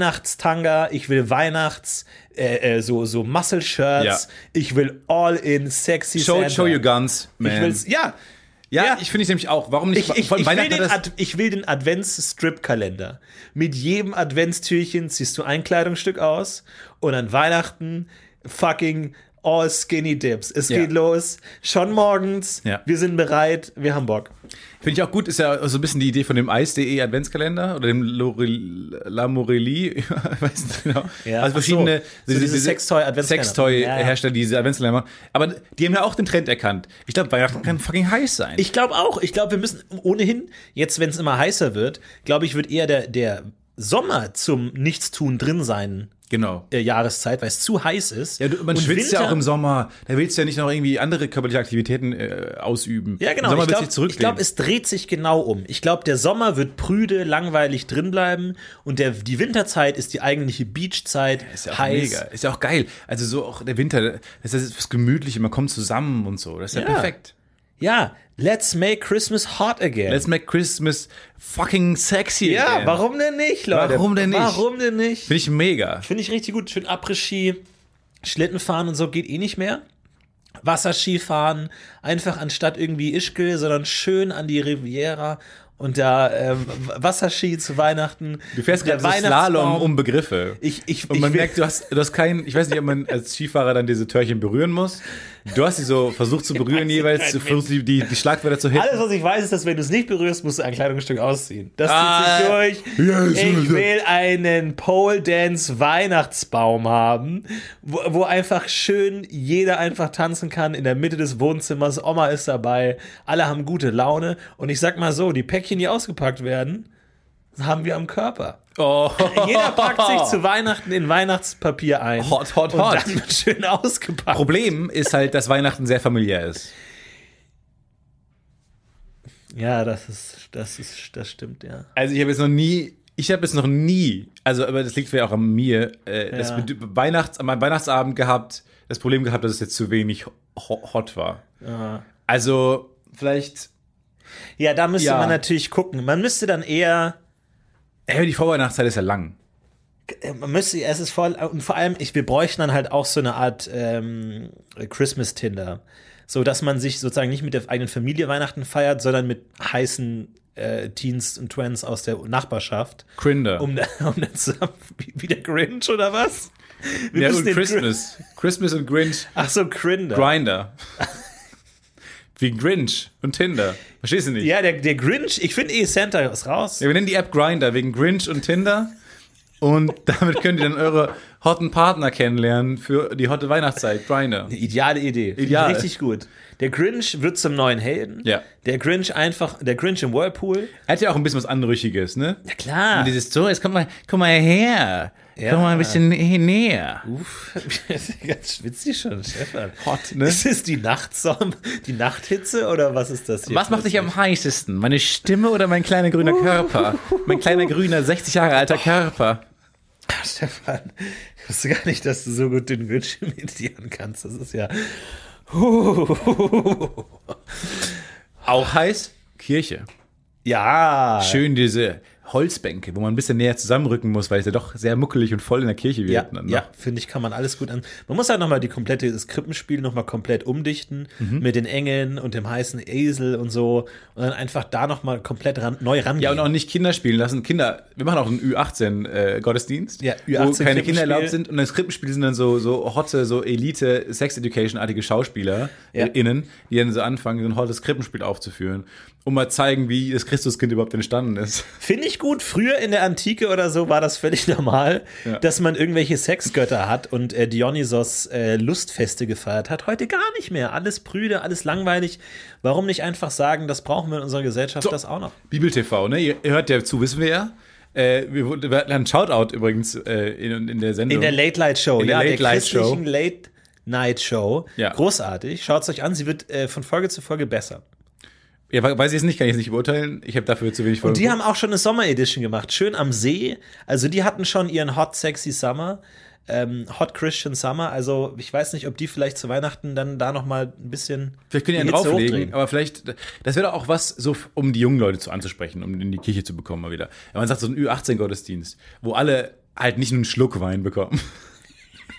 S1: Weihnachtstanga, ich will Weihnachts, äh, äh, so, so Muscle-Shirts,
S2: Ja.
S1: ich will all-in sexy
S2: Show,
S1: Santa.
S2: show your guns, man.
S1: Ich will's, ja.
S2: ja,
S1: ja.
S2: ich finde ich nämlich auch. Warum nicht?
S1: Ich, ich,
S2: Vor allem
S1: ich, will
S2: Weihnachten
S1: den
S2: hat
S1: Ad,
S2: das-
S1: ich will den Advents-Strip-Kalender. Mit jedem Adventstürchen ziehst du ein Kleidungsstück aus und an Weihnachten fucking all skinny dips. Es
S2: Ja.
S1: geht los. Schon morgens.
S2: Ja.
S1: Wir sind bereit. Wir haben Bock.
S2: Finde ich auch gut, ist ja so ein bisschen die Idee von dem Eis.de E Adventskalender oder dem Lorel- La Morelli, ich weiß nicht genau.
S1: Ja,
S2: also
S1: ach so.
S2: verschiedene
S1: So diese Sextoy-Adventskalender.
S2: Sextoy-Hersteller, die diese Adventskalender machen. Aber die haben ja auch den Trend erkannt. Ich glaube, Weihnachten kann fucking heiß sein.
S1: Ich glaube auch. Ich glaube, wir müssen ohnehin, jetzt, wenn es immer heißer wird, glaube ich, wird eher der, der Sommer zum Nichtstun drin sein.
S2: genau.
S1: äh, Jahreszeit, weil es zu heiß ist.
S2: Ja, du, man
S1: Und
S2: schwitzt ja
S1: Winter-
S2: auch im Sommer. Da willst du ja nicht noch irgendwie andere körperliche Aktivitäten äh, ausüben.
S1: Ja, genau.
S2: Im Sommer
S1: ich
S2: willst du
S1: glaube,
S2: dich zurücklehnen.
S1: glaub, es dreht sich genau um. Ich glaube, der Sommer wird prüde, langweilig drinbleiben und der, die Winterzeit ist die eigentliche Beachzeit.
S2: Ist ja auch
S1: heiß.
S2: mega. Ist ja auch geil. Also so auch der Winter, das ist was Gemütliches, man kommt zusammen und so. Das ist ja,
S1: Ja.
S2: perfekt.
S1: Ja, let's make Christmas hot again.
S2: Let's make Christmas fucking sexy.
S1: ja,
S2: again.
S1: warum denn nicht, Leute?
S2: Warum denn nicht?
S1: Warum denn nicht?
S2: Finde ich mega.
S1: Finde ich richtig gut. Schön Après-Ski, Schlittenfahren und so geht eh nicht mehr. Wasserskifahren, einfach anstatt irgendwie Ischgl, sondern schön an die Riviera und da ähm, Wasserski zu Weihnachten.
S2: Du fährst
S1: Der
S2: gerade so
S1: Weihnachtsbaum.
S2: Slalom um Begriffe.
S1: Ich, ich,
S2: und man
S1: ich will-
S2: merkt, du hast, du hast keinen, ich weiß nicht, ob man als Skifahrer dann diese Törchen berühren muss. Du hast sie so versucht zu berühren jeweils, du versuchst die, die, die Schlagwörter zu hitten.
S1: Alles, was ich weiß, ist, dass wenn du es nicht berührst, musst du ein Kleidungsstück ausziehen. Das
S2: Ah,
S1: zieht sich durch.
S2: ja, ist
S1: ich
S2: so.
S1: will einen Pole Dance Weihnachtsbaum haben, wo, wo einfach schön jeder einfach tanzen kann in der Mitte des Wohnzimmers. Oma ist dabei. Alle haben gute Laune. Und ich sag mal so, die Päckchen, die ausgepackt werden, haben wir am Körper.
S2: Oh.
S1: Jeder packt sich zu Weihnachten in Weihnachtspapier ein.
S2: Hot, hot,
S1: Und
S2: hot.
S1: dann wird schön ausgepackt.
S2: Problem ist halt, dass Weihnachten sehr familiär ist.
S1: Ja, das ist, das ist, das stimmt, ja.
S2: Also ich habe jetzt noch nie, ich habe jetzt noch nie, also aber das liegt vielleicht auch an mir, äh, das
S1: Ja.
S2: Bedü- Weihnachts, am Weihnachtsabend gehabt, das Problem gehabt, dass es jetzt zu wenig ho- hot war.
S1: Ah.
S2: Also, vielleicht.
S1: Ja, da müsste
S2: Ja.
S1: man natürlich gucken. Man müsste dann eher,
S2: Ey, die Vorweihnachtszeit ist ja lang.
S1: man müsste, es ist voll, und vor allem, ich, wir bräuchten dann halt auch so eine Art ähm, Christmas-Tinder. So dass man sich sozusagen nicht mit der eigenen Familie Weihnachten feiert, sondern mit heißen äh, Teens und Twins aus der Nachbarschaft.
S2: Grinder.
S1: Um, um dann zusammen, wie, wie der Grinch oder was? Wir
S2: ja,
S1: müssen
S2: und
S1: den Grin-
S2: Christmas. Christmas und Grinch.
S1: Ach so, Grinder.
S2: Grinder. Wie Grinch und Tinder. Verstehst du nicht?
S1: Ja, der, der Grinch, ich finde eh Santa ist raus.
S2: Ja, wir nennen die App Grinder wegen Grinch und Tinder. Und damit könnt ihr dann eure hotten Partner kennenlernen für die hotte Weihnachtszeit. Grinder.
S1: Ideale Idee. Finde ich
S2: Ideal.
S1: Richtig gut. Der Grinch wird zum neuen Helden.
S2: Ja.
S1: Der Grinch einfach, der Grinch im Whirlpool.
S2: Hat ja auch ein bisschen was Anrüchiges, ne?
S1: Ja, klar.
S2: Und dieses so, jetzt komm mal, komm mal her. Komm mal ein bisschen nä- näher.
S1: Uff, ganz schwitzig schon, Stefan.
S2: Hot, ne?
S1: Ist es die Nachtsom die Nachthitze oder was ist das hier?
S2: Was macht dich am heißesten? Meine Stimme oder mein kleiner grüner Körper? Mein kleiner grüner, 60 Jahre alter Körper.
S1: Stefan, ich wusste gar nicht, dass du so gut den Grinch imitieren kannst. Das ist ja. Huh.
S2: Auch heiß? Kirche.
S1: Ja.
S2: Schön diese Holzbänke, wo man ein bisschen näher zusammenrücken muss, weil es ja doch sehr muckelig und voll in der Kirche wird.
S1: Ja,
S2: Und dann ne?
S1: ja finde ich, kann man alles gut an. Man muss halt nochmal die komplette, das Krippenspiel nochmal komplett umdichten
S2: Mhm.
S1: mit den Engeln und dem heißen Esel und so und dann einfach da nochmal komplett ran, neu rangehen.
S2: Ja, und auch nicht Kinder spielen lassen. Kinder, wir machen auch einen Ü18-Gottesdienst,
S1: Ja,
S2: wo
S1: Ü18
S2: keine Kinder
S1: Krippenspiel.
S2: erlaubt sind. Und das Krippenspiel sind dann so, so hotte, so Elite, Sex-Education-artige Schauspieler
S1: Ja.
S2: äh, innen, die dann so anfangen, so ein hottes Krippenspiel aufzuführen, um mal zeigen, wie das Christuskind überhaupt entstanden ist.
S1: Finde ich gut, früher in der Antike oder so war das völlig normal,
S2: Ja.
S1: dass man irgendwelche Sexgötter hat und äh, Dionysos äh, Lustfeste gefeiert hat. Heute gar nicht mehr. Alles prüde, alles langweilig. Warum nicht einfach sagen, das brauchen wir in unserer Gesellschaft, das auch noch?
S2: Bibel TV, ne? Ihr ihr hört ja zu, wissen wir ja. Äh, wir wurden- wir hatten einen Shoutout übrigens äh, in, in der Sendung.
S1: In der Late Night Show,
S2: In der
S1: ja, der,
S2: Late Light
S1: christlichen Late Night Show.
S2: Ja.
S1: Großartig. Schaut es euch an, sie wird äh, von Folge zu Folge besser.
S2: ja, weiß ich jetzt nicht, kann ich jetzt nicht beurteilen. Ich habe dafür zu wenig
S1: Und die
S2: Folgen.
S1: haben auch schon eine Sommer Edition gemacht, schön am See. Also die hatten schon ihren Hot Sexy Summer, ähm, Hot Christian Summer. Also ich weiß nicht, ob die vielleicht zu Weihnachten dann da noch mal ein bisschen
S2: Vielleicht könnt ihr
S1: die
S2: einen
S1: Hitze
S2: drauflegen,
S1: hochdrehen.
S2: aber vielleicht, das wäre doch auch was, so f- um die jungen Leute zu anzusprechen, um in die Kirche zu bekommen mal wieder. Wenn man sagt, so ein Ü18-Gottesdienst, wo alle halt nicht nur einen Schluck Wein bekommen.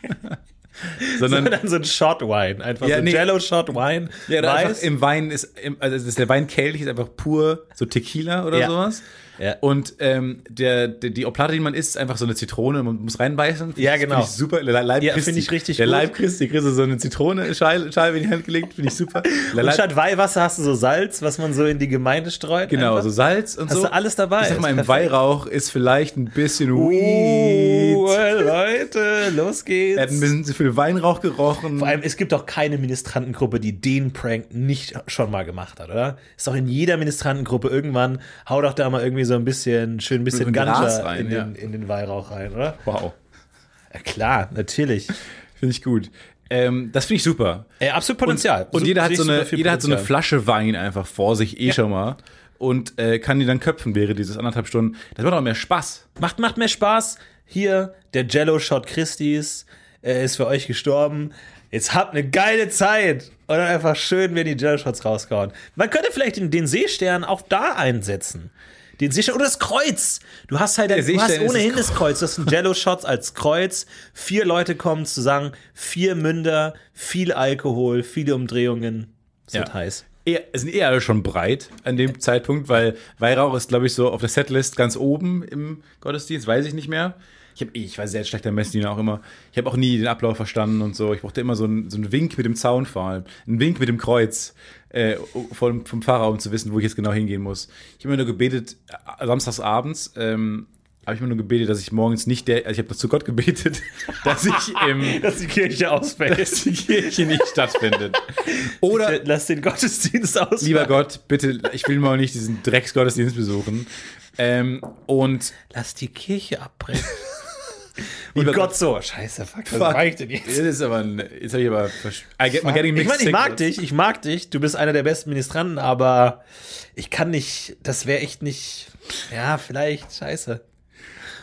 S1: Und
S2: sondern
S1: dann so ein Shot Wine, einfach
S2: Ja,
S1: so ein
S2: nee.
S1: Jello Shot Wine,
S2: ja, da einfach
S1: weiß.
S2: im Wein ist, im, also das ist der Weinkelch ist einfach pur so Tequila oder
S1: Ja.
S2: sowas.
S1: Ja.
S2: Und ähm, der, der, die Oblate, die man isst, ist einfach so eine Zitrone, man muss reinbeißen.
S1: Ja,
S2: Das
S1: genau.
S2: Finde ich super. Der Leib
S1: Ja,
S2: Christi.
S1: finde ich richtig
S2: Der
S1: gut.
S2: Leib Christi, kriegst du so eine Zitrone, Scheibe Scheibe in die Hand gelegt, finde ich super. Der
S1: Und
S2: Leib-
S1: statt Weihwasser hast du so Salz, was man so in die Gemeinde streut.
S2: Genau,
S1: einfach.
S2: so Salz und
S1: Hast
S2: so.
S1: du alles dabei,
S2: Ich
S1: ist
S2: sag mal, im
S1: perfekt.
S2: Weihrauch ist vielleicht ein bisschen
S1: Oh,
S2: Weed.
S1: Leute, los geht's.
S2: Er hat ein bisschen zu viel Weinrauch gerochen.
S1: Vor allem, es gibt doch keine Ministrantengruppe, die den Prank nicht schon mal gemacht hat, oder? Ist doch in jeder Ministrantengruppe irgendwann, hau doch da mal irgendwie so ein bisschen, schön ein bisschen
S2: Ein Glas
S1: Ganja
S2: rein,
S1: in, den,
S2: ja.
S1: in den Weihrauch rein, oder?
S2: Wow,
S1: Ja, klar, natürlich.
S2: finde ich gut. Ähm, das finde ich super.
S1: Äh, absolut Potenzial.
S2: Und jeder, hat so,
S1: Richtig
S2: eine,
S1: super viel
S2: jeder hat so eine
S1: Potenzial.
S2: Flasche Wein einfach vor sich eh schon mal und äh, kann die dann köpfen während dieses anderthalb Stunden. Das macht auch mehr Spaß.
S1: Macht, macht mehr Spaß. Hier, der Jello-Shot Christis äh, ist für euch gestorben. Jetzt habt eine geile Zeit. Und dann einfach schön, wenn die Jello-Shots rauskauen. Man könnte vielleicht den, den Seestern auch da einsetzen. Den Seestern oder das Kreuz. Du hast halt ein, du hast
S2: Seestern ist
S1: ohnehin
S2: das
S1: das Kreuz. Das sind Jello-Shots als Kreuz. Vier Leute kommen zusammen, vier Münder, viel Alkohol, viele Umdrehungen. Es wird
S2: Ja.
S1: heiß.
S2: Eher, es sind eh alle schon breit an dem Zeitpunkt, weil Weihrauch ist, glaube ich, so auf der Setlist ganz oben im Gottesdienst, weiß ich nicht mehr. Ich, hab, eh- ich war sehr schlechter Messdiener auch immer. Ich habe auch nie den Ablauf verstanden und so. Ich brauchte immer so einen, so einen Wink mit dem Zaun vor allem. Einen Wink mit dem Kreuz äh, vom, vom Pfarrer, um zu wissen, wo ich jetzt genau hingehen muss. Ich habe immer nur gebetet, äh, samstags abends, ähm, habe ich immer nur gebetet, dass ich morgens nicht der, also ich habe zu Gott gebetet, dass ich im,
S1: Dass die Kirche ausfällt.
S2: dass die Kirche nicht stattfindet. Oder
S1: Lass den Gottesdienst aus.
S2: lieber Gott, bitte, ich will mal nicht diesen Drecksgottesdienst besuchen. Ähm, und
S1: Lass die Kirche abbrennen.
S2: lieber
S1: Und Gott so, scheiße, fuck, was
S2: Fuck.
S1: mach ich denn
S2: Das
S1: jetzt?
S2: ist aber ein, jetzt habe ich aber. versch- I get, I'm getting
S1: Ich
S2: mixed
S1: meine, ich mag
S2: signals.
S1: dich, ich mag dich, du bist einer der besten Ministranten, aber ich kann nicht, das wäre echt nicht, ja, vielleicht, scheiße.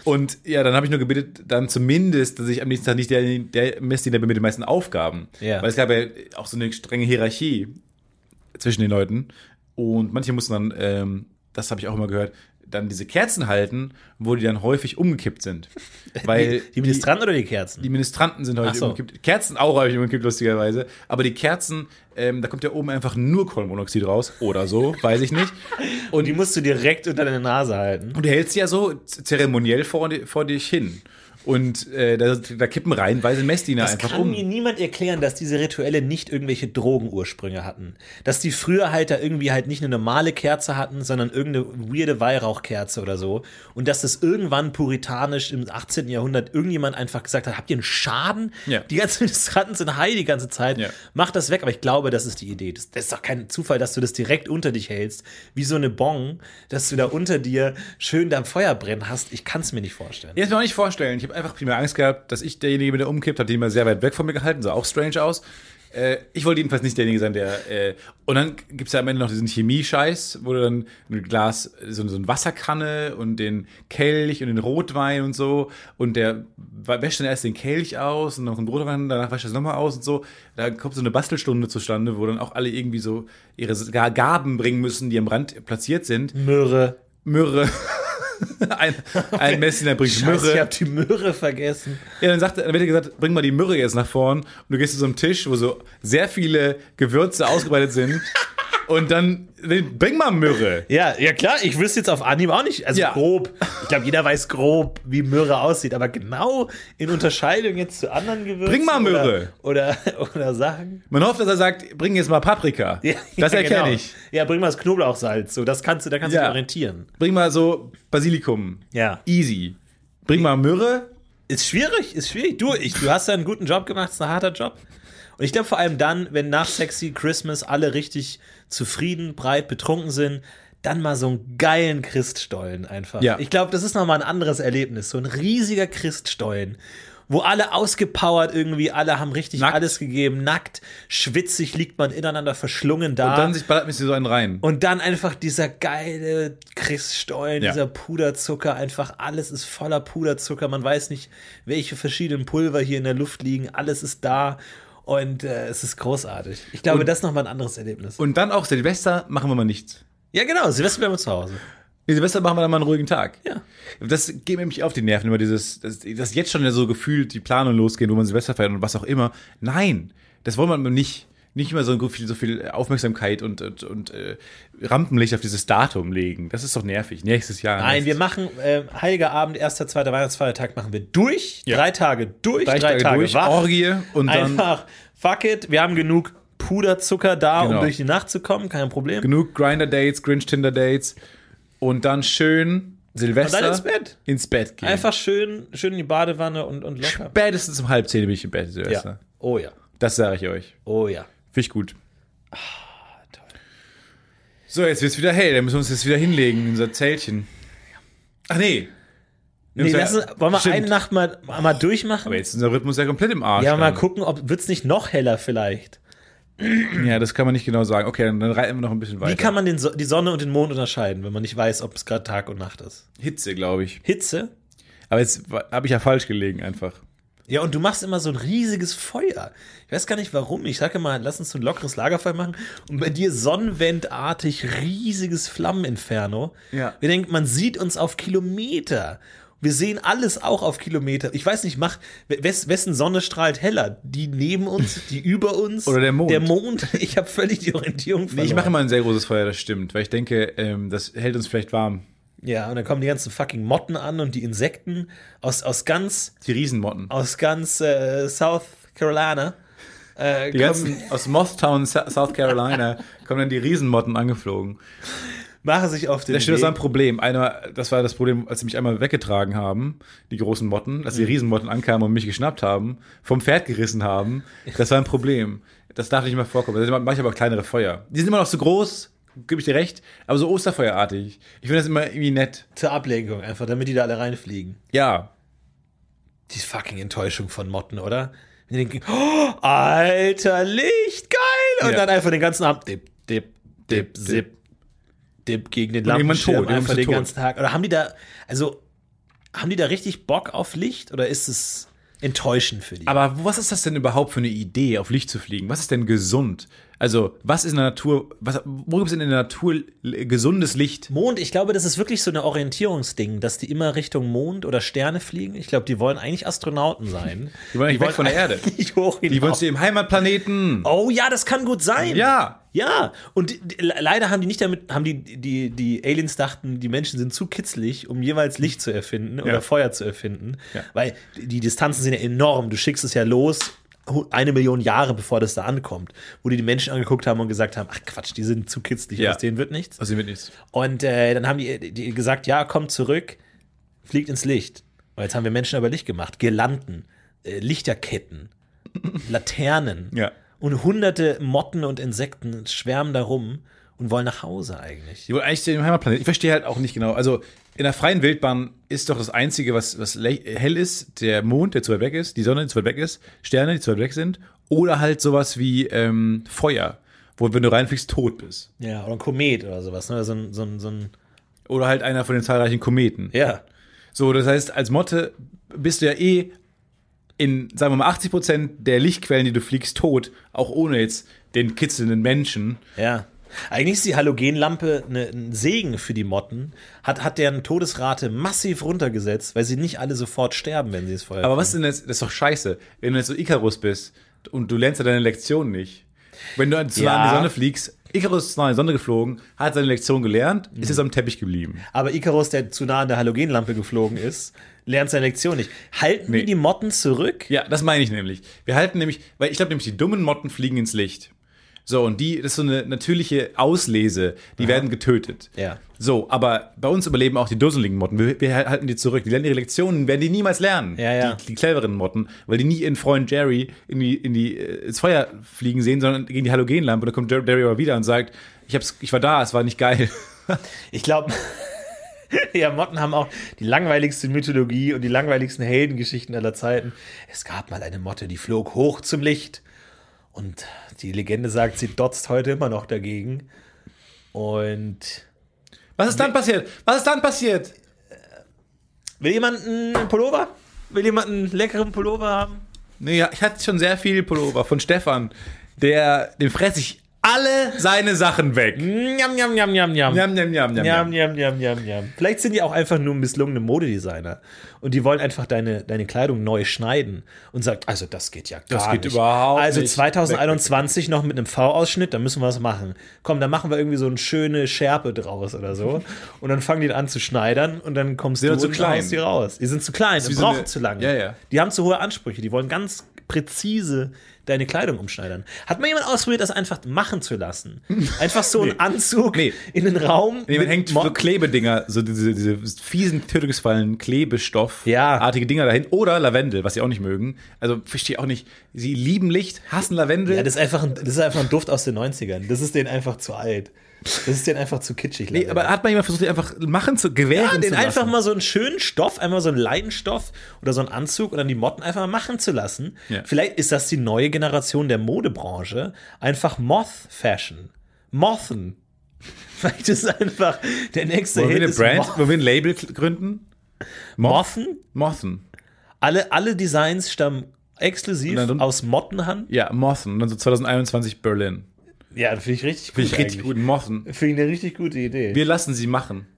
S2: Und ja, dann habe ich nur gebetet, dann zumindest, dass ich am nächsten Tag nicht der, der Messdiener bin mit den meisten Aufgaben.
S1: Ja.
S2: Weil es gab ja auch so eine strenge Hierarchie zwischen den Leuten. Und manche mussten dann, ähm, das habe ich auch immer gehört, dann diese Kerzen halten, wo die dann häufig umgekippt sind. Weil
S1: die Ministranten oder die Kerzen?
S2: die Ministranten sind
S1: Ach
S2: häufig
S1: so.
S2: umgekippt. Kerzen auch häufig umgekippt, lustigerweise. Aber die Kerzen, ähm, da kommt ja oben einfach nur Kohlenmonoxid raus oder so, weiß ich nicht.
S1: und die musst du direkt unter deine Nase halten.
S2: Und du hältst sie ja so z- zeremoniell vor, di- vor dich hin. Und äh, da, da kippen reihenweise Messdiener
S1: Das
S2: einfach
S1: kann
S2: um.
S1: mir niemand erklären, dass diese Rituelle nicht irgendwelche Drogenursprünge hatten. Dass die früher halt da irgendwie halt nicht eine normale Kerze hatten, sondern irgendeine weirde Weihrauchkerze oder so. Und dass das irgendwann puritanisch im 18. Jahrhundert irgendjemand einfach gesagt hat, habt ihr einen Schaden?
S2: Ja.
S1: Die ganzen Ministranten sind high die ganze Zeit.
S2: Ja.
S1: Macht das weg. Aber ich glaube, das ist die Idee. Das, das ist doch kein Zufall, dass du das direkt unter dich hältst, wie so eine Bong, dass du da unter dir schön dein Feuer brennen hast. Ich kann es mir nicht vorstellen.
S2: Jetzt mir auch nicht vorstellen. Ich habe einfach primär Angst gehabt, dass ich derjenige bin, der umkippt, hat den immer sehr weit weg von mir gehalten, sah auch strange aus. Äh, ich wollte jedenfalls nicht derjenige sein, der. Äh, und dann gibt es ja am Ende noch diesen Chemie-Scheiß, wo du dann ein Glas, so, so eine Wasserkanne und den Kelch und den Rotwein und so. Und der wa- wäscht dann erst den Kelch aus und dann kommt Rotwein, danach wäscht er es nochmal aus und so. Da kommt so eine Bastelstunde zustande, wo dann auch alle irgendwie so ihre Ga- Gaben bringen müssen, die am Rand platziert sind.
S1: Möhre.
S2: Myrrhe. Ein, ein Messdiener bringt
S1: Scheiße, ich
S2: Myrrhe.
S1: habe die Möhre vergessen.
S2: Ja, dann, sagt, dann wird dir gesagt, bring mal die Myrrhe jetzt nach vorn. Und du gehst zu so einem Tisch, wo so sehr viele Gewürze ausgebreitet sind. Und dann, bring mal Myrrhe.
S1: Ja, ja klar, ich wüsste jetzt auf Anhieb auch nicht, also
S2: Ja.
S1: grob. Ich glaube, jeder weiß grob, wie Möhre aussieht, aber genau in Unterscheidung jetzt zu anderen Gewürzen
S2: Bring mal Möhre.
S1: oder, oder, oder Sachen.
S2: Man hofft, dass er sagt, bring jetzt mal Paprika.
S1: Ja,
S2: das
S1: ja,
S2: erkenne
S1: genau.
S2: ich.
S1: Ja, bring mal das Knoblauchsalz, so das kannst du, da kannst du
S2: Ja.
S1: dich orientieren.
S2: Bring mal so Basilikum.
S1: Ja.
S2: Easy. Bring mal Myrrhe.
S1: Ist schwierig, ist schwierig. Du, ich, du hast ja einen guten Job gemacht, ist ein harter Job. Und ich glaube vor allem dann, wenn nach Sexy Christmas alle richtig zufrieden, breit betrunken sind, dann mal so einen geilen Christstollen einfach.
S2: Ja.
S1: Ich glaube, das ist nochmal ein anderes Erlebnis. So ein riesiger Christstollen, wo alle ausgepowert irgendwie, alle haben richtig
S2: Nackt.
S1: alles gegeben, nackt, schwitzig liegt man ineinander verschlungen da.
S2: Und dann sich ballert mich so einen rein.
S1: Ah. Und dann einfach dieser geile Christstollen,
S2: Ja.
S1: dieser Puderzucker, einfach alles ist voller Puderzucker. Man weiß nicht, welche verschiedenen Pulver hier in der Luft liegen. Alles ist da und äh, es ist großartig. Ich glaube, das ist nochmal ein anderes Erlebnis.
S2: Und dann auch Silvester machen wir mal nichts.
S1: ja, genau. Silvester bleiben wir zu Hause.
S2: Nee, Silvester machen wir dann mal einen ruhigen Tag.
S1: Ja.
S2: Das geht mir nämlich auf die Nerven, immer dieses, dass dass jetzt schon so gefühlt die Planung losgehen, wo man Silvester feiert und was auch immer. Nein, das wollen wir nicht. Nicht immer so viel, so viel Aufmerksamkeit und, und, und äh, Rampenlicht auf dieses Datum legen. Das ist doch nervig. Nächstes Jahr.
S1: Nein,
S2: nächstes-
S1: wir machen äh, Heiliger Abend, erster, zweiter Weihnachtsfeiertag machen wir durch.
S2: Ja.
S1: Drei Tage durch, drei, Tage,
S2: durch,
S1: wach.
S2: Orgie und dann
S1: Einfach, fuck it, wir haben genug Puderzucker da, um
S2: Genau.
S1: durch die Nacht zu kommen, kein Problem.
S2: genug Grinder-Dates, Grinch-Tinder-Dates und dann schön Silvester
S1: Und dann ins Bett.
S2: ins Bett gehen.
S1: Einfach schön, schön in die Badewanne und, und locker.
S2: Spätestens um halb zehn bin ich im Bett, Silvester.
S1: Oh ja.
S2: Das sage ich euch.
S1: Oh ja.
S2: Finde ich gut. Ah, So, jetzt wird's wieder hell. Dann müssen wir uns jetzt wieder hinlegen in unser Zeltchen. Ach nee.
S1: Nee, lass uns, wollen wir
S2: Stimmt.
S1: eine Nacht mal, mal durchmachen?
S2: Aber jetzt ist unser Rhythmus ja komplett im Arsch.
S1: ja, mal
S2: dann.
S1: gucken, ob wird's nicht noch heller vielleicht.
S2: Ja, das kann man nicht genau sagen. Okay, dann, dann reiten wir noch ein bisschen weiter.
S1: Wie kann man den so die Sonne und den Mond unterscheiden, wenn man nicht weiß, ob es gerade Tag und Nacht ist?
S2: Hitze, glaube ich.
S1: Hitze?
S2: Aber jetzt habe ich ja falsch gelegen einfach.
S1: Ja, und du machst immer so ein riesiges Feuer. Ich weiß gar nicht warum. Ich sage immer, lass uns so ein lockeres Lagerfeuer machen und bei dir sonnenwendartig riesiges Flammeninferno.
S2: Ja.
S1: Wir denken, man sieht uns auf Kilometer. Wir sehen alles auch auf Kilometer. Ich weiß nicht, mach, wes, wessen Sonne strahlt heller? Die neben uns, die über uns?
S2: Oder der Mond.
S1: Der Mond. Ich habe völlig die Orientierung verloren.
S2: Nee, ich mache immer ein sehr großes Feuer, das stimmt. Weil ich denke, ähm, das hält uns vielleicht warm.
S1: Ja, und dann kommen die ganzen fucking Motten an und die Insekten aus, aus ganz,
S2: Die Riesenmotten.
S1: aus ganz äh, South Carolina. Äh,
S2: Die ganzen aus Mothtown, Sa- South Carolina, kommen dann die Riesenmotten angeflogen.
S1: machen sich auf den
S2: Da steht,
S1: Weg.
S2: das war ein Problem. Einer, das war das Problem, als sie mich einmal weggetragen haben, die großen Motten, als die Riesenmotten ankamen und mich geschnappt haben, vom Pferd gerissen haben. Das war ein Problem. Das darf nicht mehr vorkommen. Deswegen mache ich aber auch kleinere Feuer. Die sind immer noch so groß, gebe ich dir recht, aber so Osterfeuerartig. Ich finde das immer irgendwie nett.
S1: zur Ablenkung einfach, damit die da alle reinfliegen.
S2: Ja.
S1: Die fucking Enttäuschung von Motten, oder? Wenn die denken, oh, alter Licht, geil! Und
S2: Ja.
S1: dann einfach den ganzen Abend dip, dip,
S2: Dip,
S1: zip, dip gegen den
S2: Und irgendwann
S1: Lampenschirm
S2: tot, irgendwann
S1: einfach
S2: ist er
S1: den
S2: tot.
S1: ganzen Tag. Oder haben die da, also Haben die da richtig Bock auf Licht oder ist es enttäuschend für die?
S2: Aber was ist das denn überhaupt für eine Idee, auf Licht zu fliegen? Was ist denn gesund? Also, was ist in der Natur, was, wo gibt es denn in der Natur l- gesundes Licht?
S1: Mond, ich glaube, das ist wirklich so ein Orientierungsding, dass die immer Richtung Mond oder Sterne fliegen. Ich glaube, die wollen eigentlich Astronauten sein.
S2: Die wollen nicht weg von der Erde.
S1: Nicht hoch
S2: Die wollen
S1: hinauf.
S2: zu ihrem Heimatplaneten.
S1: Oh ja, das kann gut sein.
S2: Hm. Ja.
S1: Ja, und die- die- le- leider haben die nicht damit, haben die, die, die Aliens dachten, die Menschen sind zu kitzlig, um jeweils Licht zu erfinden oder Feuer zu erfinden. Weil die Distanzen sind ja enorm. Du schickst es ja los hu- eine Million Jahre, bevor das da ankommt, wo die die Menschen angeguckt haben und gesagt haben, ach Quatsch, die sind zu kitzlig,
S2: Ja.
S1: aus denen wird nichts.
S2: Also, mit nichts.
S1: Und äh, dann haben die, die gesagt, ja, kommt zurück, fliegt ins Licht. Und jetzt haben wir Menschen aber Licht gemacht. Girlanden, äh, Lichterketten, Laternen
S2: Ja.
S1: und hunderte Motten und Insekten schwärmen da rum und wollen nach Hause eigentlich.
S2: Die wollen eigentlich zu ihrem Heimatplaneten. Ich verstehe halt auch nicht genau. Also, in der freien Wildbahn ist doch das Einzige, was, was le- hell ist, der Mond, der zu weit weg ist, die Sonne, die zu weit weg ist, Sterne, die zu weit weg sind, oder halt sowas wie ähm, Feuer, wo, wenn du reinfliegst, tot bist.
S1: Ja, oder ein Komet oder sowas, ne? So ein, so ein, so ein
S2: Oder halt einer von den zahlreichen Kometen.
S1: ja.
S2: So, das heißt, als Motte bist du ja eh in, sagen wir mal, 80 Prozent der Lichtquellen, die du fliegst, tot, auch ohne jetzt den kitzelnden Menschen.
S1: Ja. Eigentlich ist die Halogenlampe ne- ein Segen für die Motten, hat, hat deren Todesrate massiv runtergesetzt, weil sie nicht alle sofort sterben, wenn sie es vorher.
S2: Aber was denn jetzt, das ist doch scheiße, wenn du jetzt so Icarus bist und du lernst ja deine Lektion nicht. Wenn du zu nah an
S1: Ja.
S2: die Sonne fliegst, Icarus ist zu nah an die Sonne geflogen, hat seine Lektion gelernt, ist jetzt am Teppich geblieben.
S1: Aber Icarus, der zu nah an der Halogenlampe geflogen ist, lernt seine Lektion nicht. Halten
S2: Nee.
S1: die die Motten zurück?
S2: Ja, das meine ich nämlich. Wir halten nämlich, weil ich glaube nämlich, die dummen Motten fliegen ins Licht. So, und die, das ist so eine natürliche Auslese, die werden getötet.
S1: Ja.
S2: So, aber bei uns überleben auch die dusseligen Motten. Wir, wir halten die zurück. Die lernen ihre Lektionen, werden die niemals lernen.
S1: Ja, ja.
S2: Die, die cleveren Motten, weil die nie ihren Freund Jerry in die, in die, äh, ins Feuer fliegen sehen, sondern gegen die Halogenlampe. Und dann kommt Jer- Jerry aber wieder und sagt, ich, hab's, ich war da, es war nicht geil.
S1: Ich glaube, ja, Motten haben auch die langweiligste Mythologie und die langweiligsten Heldengeschichten aller Zeiten. Es gab mal eine Motte, die flog hoch zum Licht. Und die Legende sagt, sie dotzt heute immer noch dagegen. Und
S2: Was ist dann passiert? Was ist dann passiert?
S1: will jemand einen Pullover? Will jemand einen leckeren Pullover haben?
S2: Naja, ich hatte schon sehr viel Pullover von Stefan. Der, dem fresse ich alle seine Sachen weg.
S1: Njam, njam, njam, njam, njam.
S2: Njam, njam, njam, njam,
S1: Mhm. Njam,
S2: njam.
S1: njam, njam, njam, njam. Vielleicht sind die auch einfach nur misslungene Modedesigner. Und die wollen einfach deine, deine Kleidung neu schneiden und sagt, also das geht ja gar
S2: Das geht
S1: nicht.
S2: überhaupt
S1: Also
S2: nicht.
S1: 2021 noch mit einem V-Ausschnitt, da müssen wir was machen. Komm, dann machen wir irgendwie so eine schöne Schärpe draus oder so. Und dann fangen die an zu schneidern und dann kommst
S2: Sind
S1: du
S2: doch zu
S1: und
S2: klein.
S1: haust die raus. Die sind zu klein und
S2: wie so
S1: brauchen
S2: eine-
S1: zu lange.
S2: Ja, ja.
S1: Die haben zu hohe Ansprüche. Die wollen ganz präzise deine Kleidung umschneidern. Hat mal jemand ausprobiert, das einfach machen zu lassen? Einfach so einen Anzug
S2: Nee.
S1: in den Raum
S2: Nee, man hängt
S1: Mo-
S2: so Klebedinger, so diese, diese fiesen Tötungsfallen, Klebestoff,
S1: Ja.
S2: artige Dinger dahin. Oder Lavendel, was sie auch nicht mögen. Also verstehe auch nicht. Sie lieben Licht, hassen Lavendel.
S1: Ja, das ist, einfach ein, das ist einfach ein Duft aus den 90ern. Das ist denen einfach zu alt. Das ist denen einfach zu kitschig.
S2: nee,
S1: leider.
S2: aber hat man jemand versucht, die einfach machen zu, gewähren
S1: ja,
S2: zu
S1: den
S2: lassen?
S1: einfach mal so einen schönen Stoff, einmal so einen Leinenstoff oder so einen Anzug und dann die Motten einfach mal machen zu lassen.
S2: Ja.
S1: Vielleicht ist das die neue Generation der Modebranche. Einfach Moth-Fashion. Mothen. Vielleicht ist einfach der nächste
S2: wollen wir
S1: Hit
S2: eine
S1: ist
S2: Brand,
S1: Moth-
S2: wollen wir ein Label kl- gründen?
S1: Mothen.
S2: Mothen.
S1: Alle, alle Designs stammen exklusiv
S2: Und dann-
S1: aus Mottenhand.
S2: Ja, Mothen. Und dann so 2021 Berlin.
S1: Ja, das finde ich richtig gut.
S2: Finde ich richtig
S1: eigentlich.
S2: gut. Mothen.
S1: Finde ich eine richtig gute Idee.
S2: Wir lassen sie machen.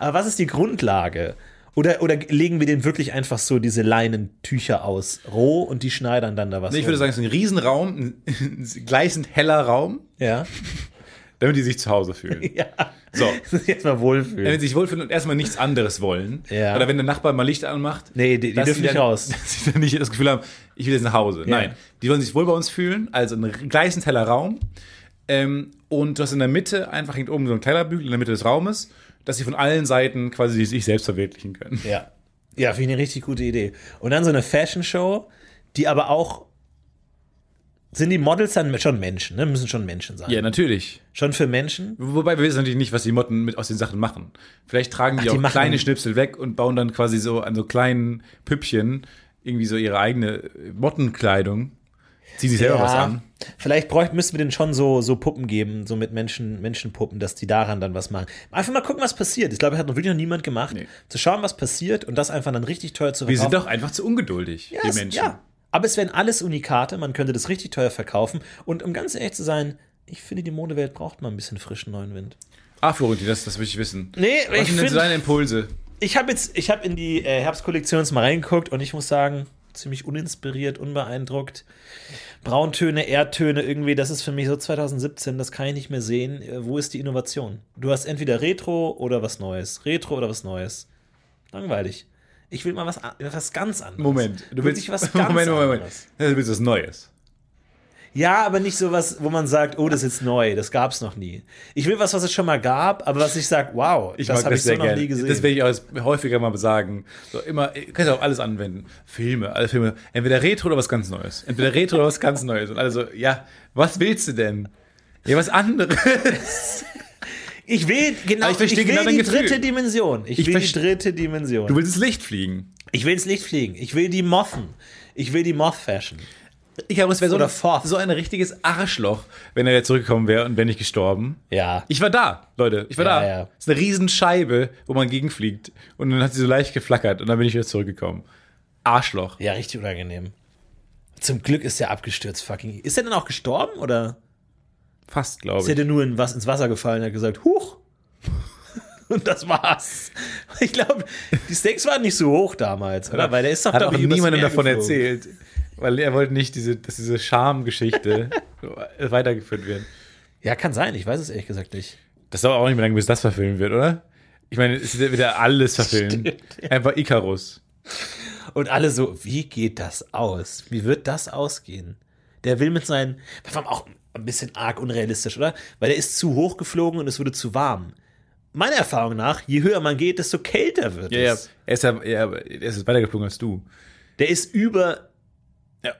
S1: Aber was ist die Grundlage? Oder, oder legen wir denen wirklich einfach so diese Leinentücher aus, roh und die schneidern dann da was?
S2: Nee, ich würde
S1: um?
S2: sagen, es ist ein Riesenraum, ein, ein gleißend heller Raum,
S1: Ja.
S2: damit die sich zu Hause fühlen.
S1: ja.
S2: So.
S1: Sich jetzt mal wohlfühlen.
S2: Wenn sie sich wohlfühlen und erstmal nichts anderes wollen.
S1: Ja.
S2: Oder wenn der Nachbar mal Licht anmacht.
S1: Nee, die- die
S2: dass
S1: dürfen
S2: sie
S1: nicht
S2: dann,
S1: raus.
S2: Dass sie dann nicht das Gefühl haben, ich will jetzt nach Hause. Nein. Die wollen sich wohl bei uns fühlen, also ein gleißend heller Raum. Ähm, und du hast in der Mitte, einfach hängt oben so ein Kleiderbügel in der Mitte des Raumes, dass sie von allen Seiten quasi sich selbst verwirklichen können.
S1: Ja. Ja, finde ich eine richtig gute Idee. Und dann so eine Fashion-Show, die aber auch. Sind die Models dann schon Menschen, ne? Müssen schon Menschen sein.
S2: natürlich.
S1: Schon für Menschen?
S2: Wobei wir wissen natürlich nicht, was die Motten mit aus den Sachen machen. Vielleicht tragen die
S1: Ach, die
S2: auch
S1: machen-
S2: kleine Schnipsel weg und bauen dann quasi so an so kleinen Püppchen irgendwie so ihre eigene äh, Mottenkleidung. Zieh sich selber was an.
S1: Vielleicht bräuchten, müssten wir denen schon so, so Puppen geben, so mit Menschen, Menschenpuppen, dass die daran dann was machen. Einfach mal gucken, was passiert. Ich glaube, das hat noch wirklich noch niemand gemacht. Zu schauen, was passiert und das einfach dann richtig teuer zu verkaufen.
S2: Wir sind doch einfach zu ungeduldig,
S1: ja,
S2: wir
S1: es-
S2: Menschen.
S1: Ja. Aber es wären alles Unikate, man könnte das richtig teuer verkaufen. Und um ganz ehrlich zu sein, ich finde, die Modewelt braucht mal ein bisschen frischen neuen Wind.
S2: Ah, Florentin, das, das will ich wissen.
S1: Nee,
S2: was
S1: ich
S2: sind denn so
S1: find-
S2: deine Impulse?
S1: Ich habe jetzt, ich habe in die äh, Herbstkollektion jetzt mal reingeguckt und ich muss sagen, ziemlich uninspiriert, unbeeindruckt. Brauntöne, Erdtöne, irgendwie, das ist für mich so 2017, das kann ich nicht mehr sehen. Äh, Wo ist die Innovation? Du hast entweder Retro oder was Neues. Retro oder was Neues. Langweilig. Ich will mal was, a- was ganz anderes.
S2: Moment, du willst
S1: Wirklich was ganz
S2: Moment, Moment, Moment.
S1: anderes.
S2: Du willst was Neues.
S1: Ja, aber nicht sowas, wo man sagt, oh, das ist jetzt neu, das gab's noch nie. Ich will was, was es schon mal gab, aber was ich sag, wow,
S2: Ich
S1: das
S2: mag
S1: habe ich so
S2: sehr
S1: noch
S2: gerne.
S1: nie gesehen.
S2: Das werde ich auch häufiger mal sagen. So immer, ihr könnt auch alles anwenden. Filme, alle Filme. Entweder Retro oder was ganz Neues. Entweder Retro oder was ganz Neues. Und also, ja, was willst du denn? Ja, was anderes.
S1: Ich will genau,
S2: Aber ich verstehe
S1: ich will
S2: genau dein
S1: die
S2: Gefühl.
S1: dritte Dimension. Ich,
S2: Ich
S1: will die
S2: verste-
S1: dritte Dimension.
S2: Du willst ins Licht fliegen.
S1: ich will ins Licht fliegen. Ich will die Mothen. Ich will die Moth-Fashion.
S2: Ich glaube, es wäre so,
S1: Oder
S2: ein-
S1: Forth.
S2: so ein richtiges Arschloch, wenn er jetzt zurückgekommen wäre und wäre nicht gestorben.
S1: Ja.
S2: Ich war da, Leute. Ich war
S1: Ja,
S2: da.
S1: ja.
S2: Es ist eine Riesenscheibe, wo man gegenfliegt. Und dann hat sie so leicht geflackert und dann bin ich wieder zurückgekommen. Arschloch.
S1: ja, richtig unangenehm. Zum Glück ist er abgestürzt, fucking. Ist er denn auch gestorben oder
S2: Fast, glaube
S1: ist er
S2: ich.
S1: denn nur in was, ins Wasser gefallen und hat gesagt, huch? Und das war's. Ich glaube, die Stakes waren nicht so hoch damals, oder? Weil der ist doch
S2: Hat auch
S1: glaub ich, übers
S2: niemandem
S1: Meer
S2: davon
S1: geflogen.
S2: erzählt. Weil er wollte nicht, diese, dass diese Schamgeschichte weitergeführt wird.
S1: Ja, kann sein. Ich weiß es ehrlich gesagt nicht.
S2: Das dauert auch nicht mehr lange, bis das verfilmt wird, oder? Ich meine, es wird ja alles verfilmt. Einfach Icarus.
S1: Und alle so, wie geht das aus? Wie wird das ausgehen? Der will mit seinen, vor allem auch ein bisschen arg unrealistisch, oder? Weil der ist zu hoch geflogen und es wurde zu warm. Meiner Erfahrung nach, je höher man geht, desto kälter wird es.
S2: Er ist, ja, ja, aber er ist weitergeflogen als du.
S1: Der ist über. Ja.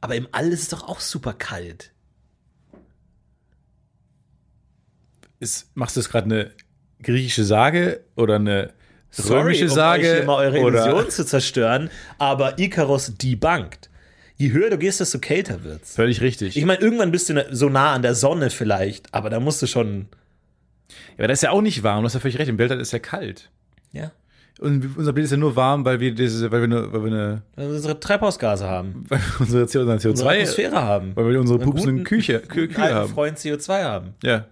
S1: Aber im All ist es doch auch super kalt.
S2: Ist, machst du es gerade eine griechische Sage oder eine römische
S1: um
S2: Sage?
S1: euch hier mal eure
S2: oder-
S1: Illusion zu zerstören, aber Icarus debunkt. Je höher du gehst, desto kälter wird's.
S2: Völlig richtig.
S1: Ich meine, irgendwann bist du ne, so nah an der Sonne vielleicht, aber da musst du schon.
S2: aber das ist ja auch nicht warm, du hast ja völlig recht. Im Weltall ist ja kalt.
S1: Ja.
S2: Und unser Bild ist ja nur warm, weil wir diese, weil wir eine, weil wir eine,
S1: Wenn wir unsere Treibhausgase haben,
S2: weil wir unsere CO2,
S1: unsere Atmosphäre haben,
S2: weil wir unsere pupsenden
S1: guten-
S2: Küche, Kü
S1: einen
S2: Kühe
S1: alten
S2: haben.
S1: Freund CO2 haben.
S2: Ja.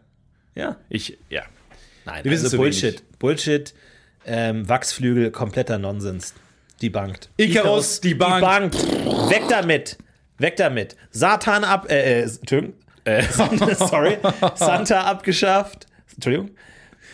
S1: Ja.
S2: Ich, ja.
S1: Nein,
S2: Wir wissen
S1: also
S2: zu
S1: Bullshit. Bullshit, ähm, Wachsflügel, kompletter Nonsens. Debunked.
S2: Icarus, debunked.
S1: Debunked. Weg damit. Weg damit. Satan ab, äh, äh, Entschuldigung. Äh, sorry. Santa abgeschafft. Entschuldigung.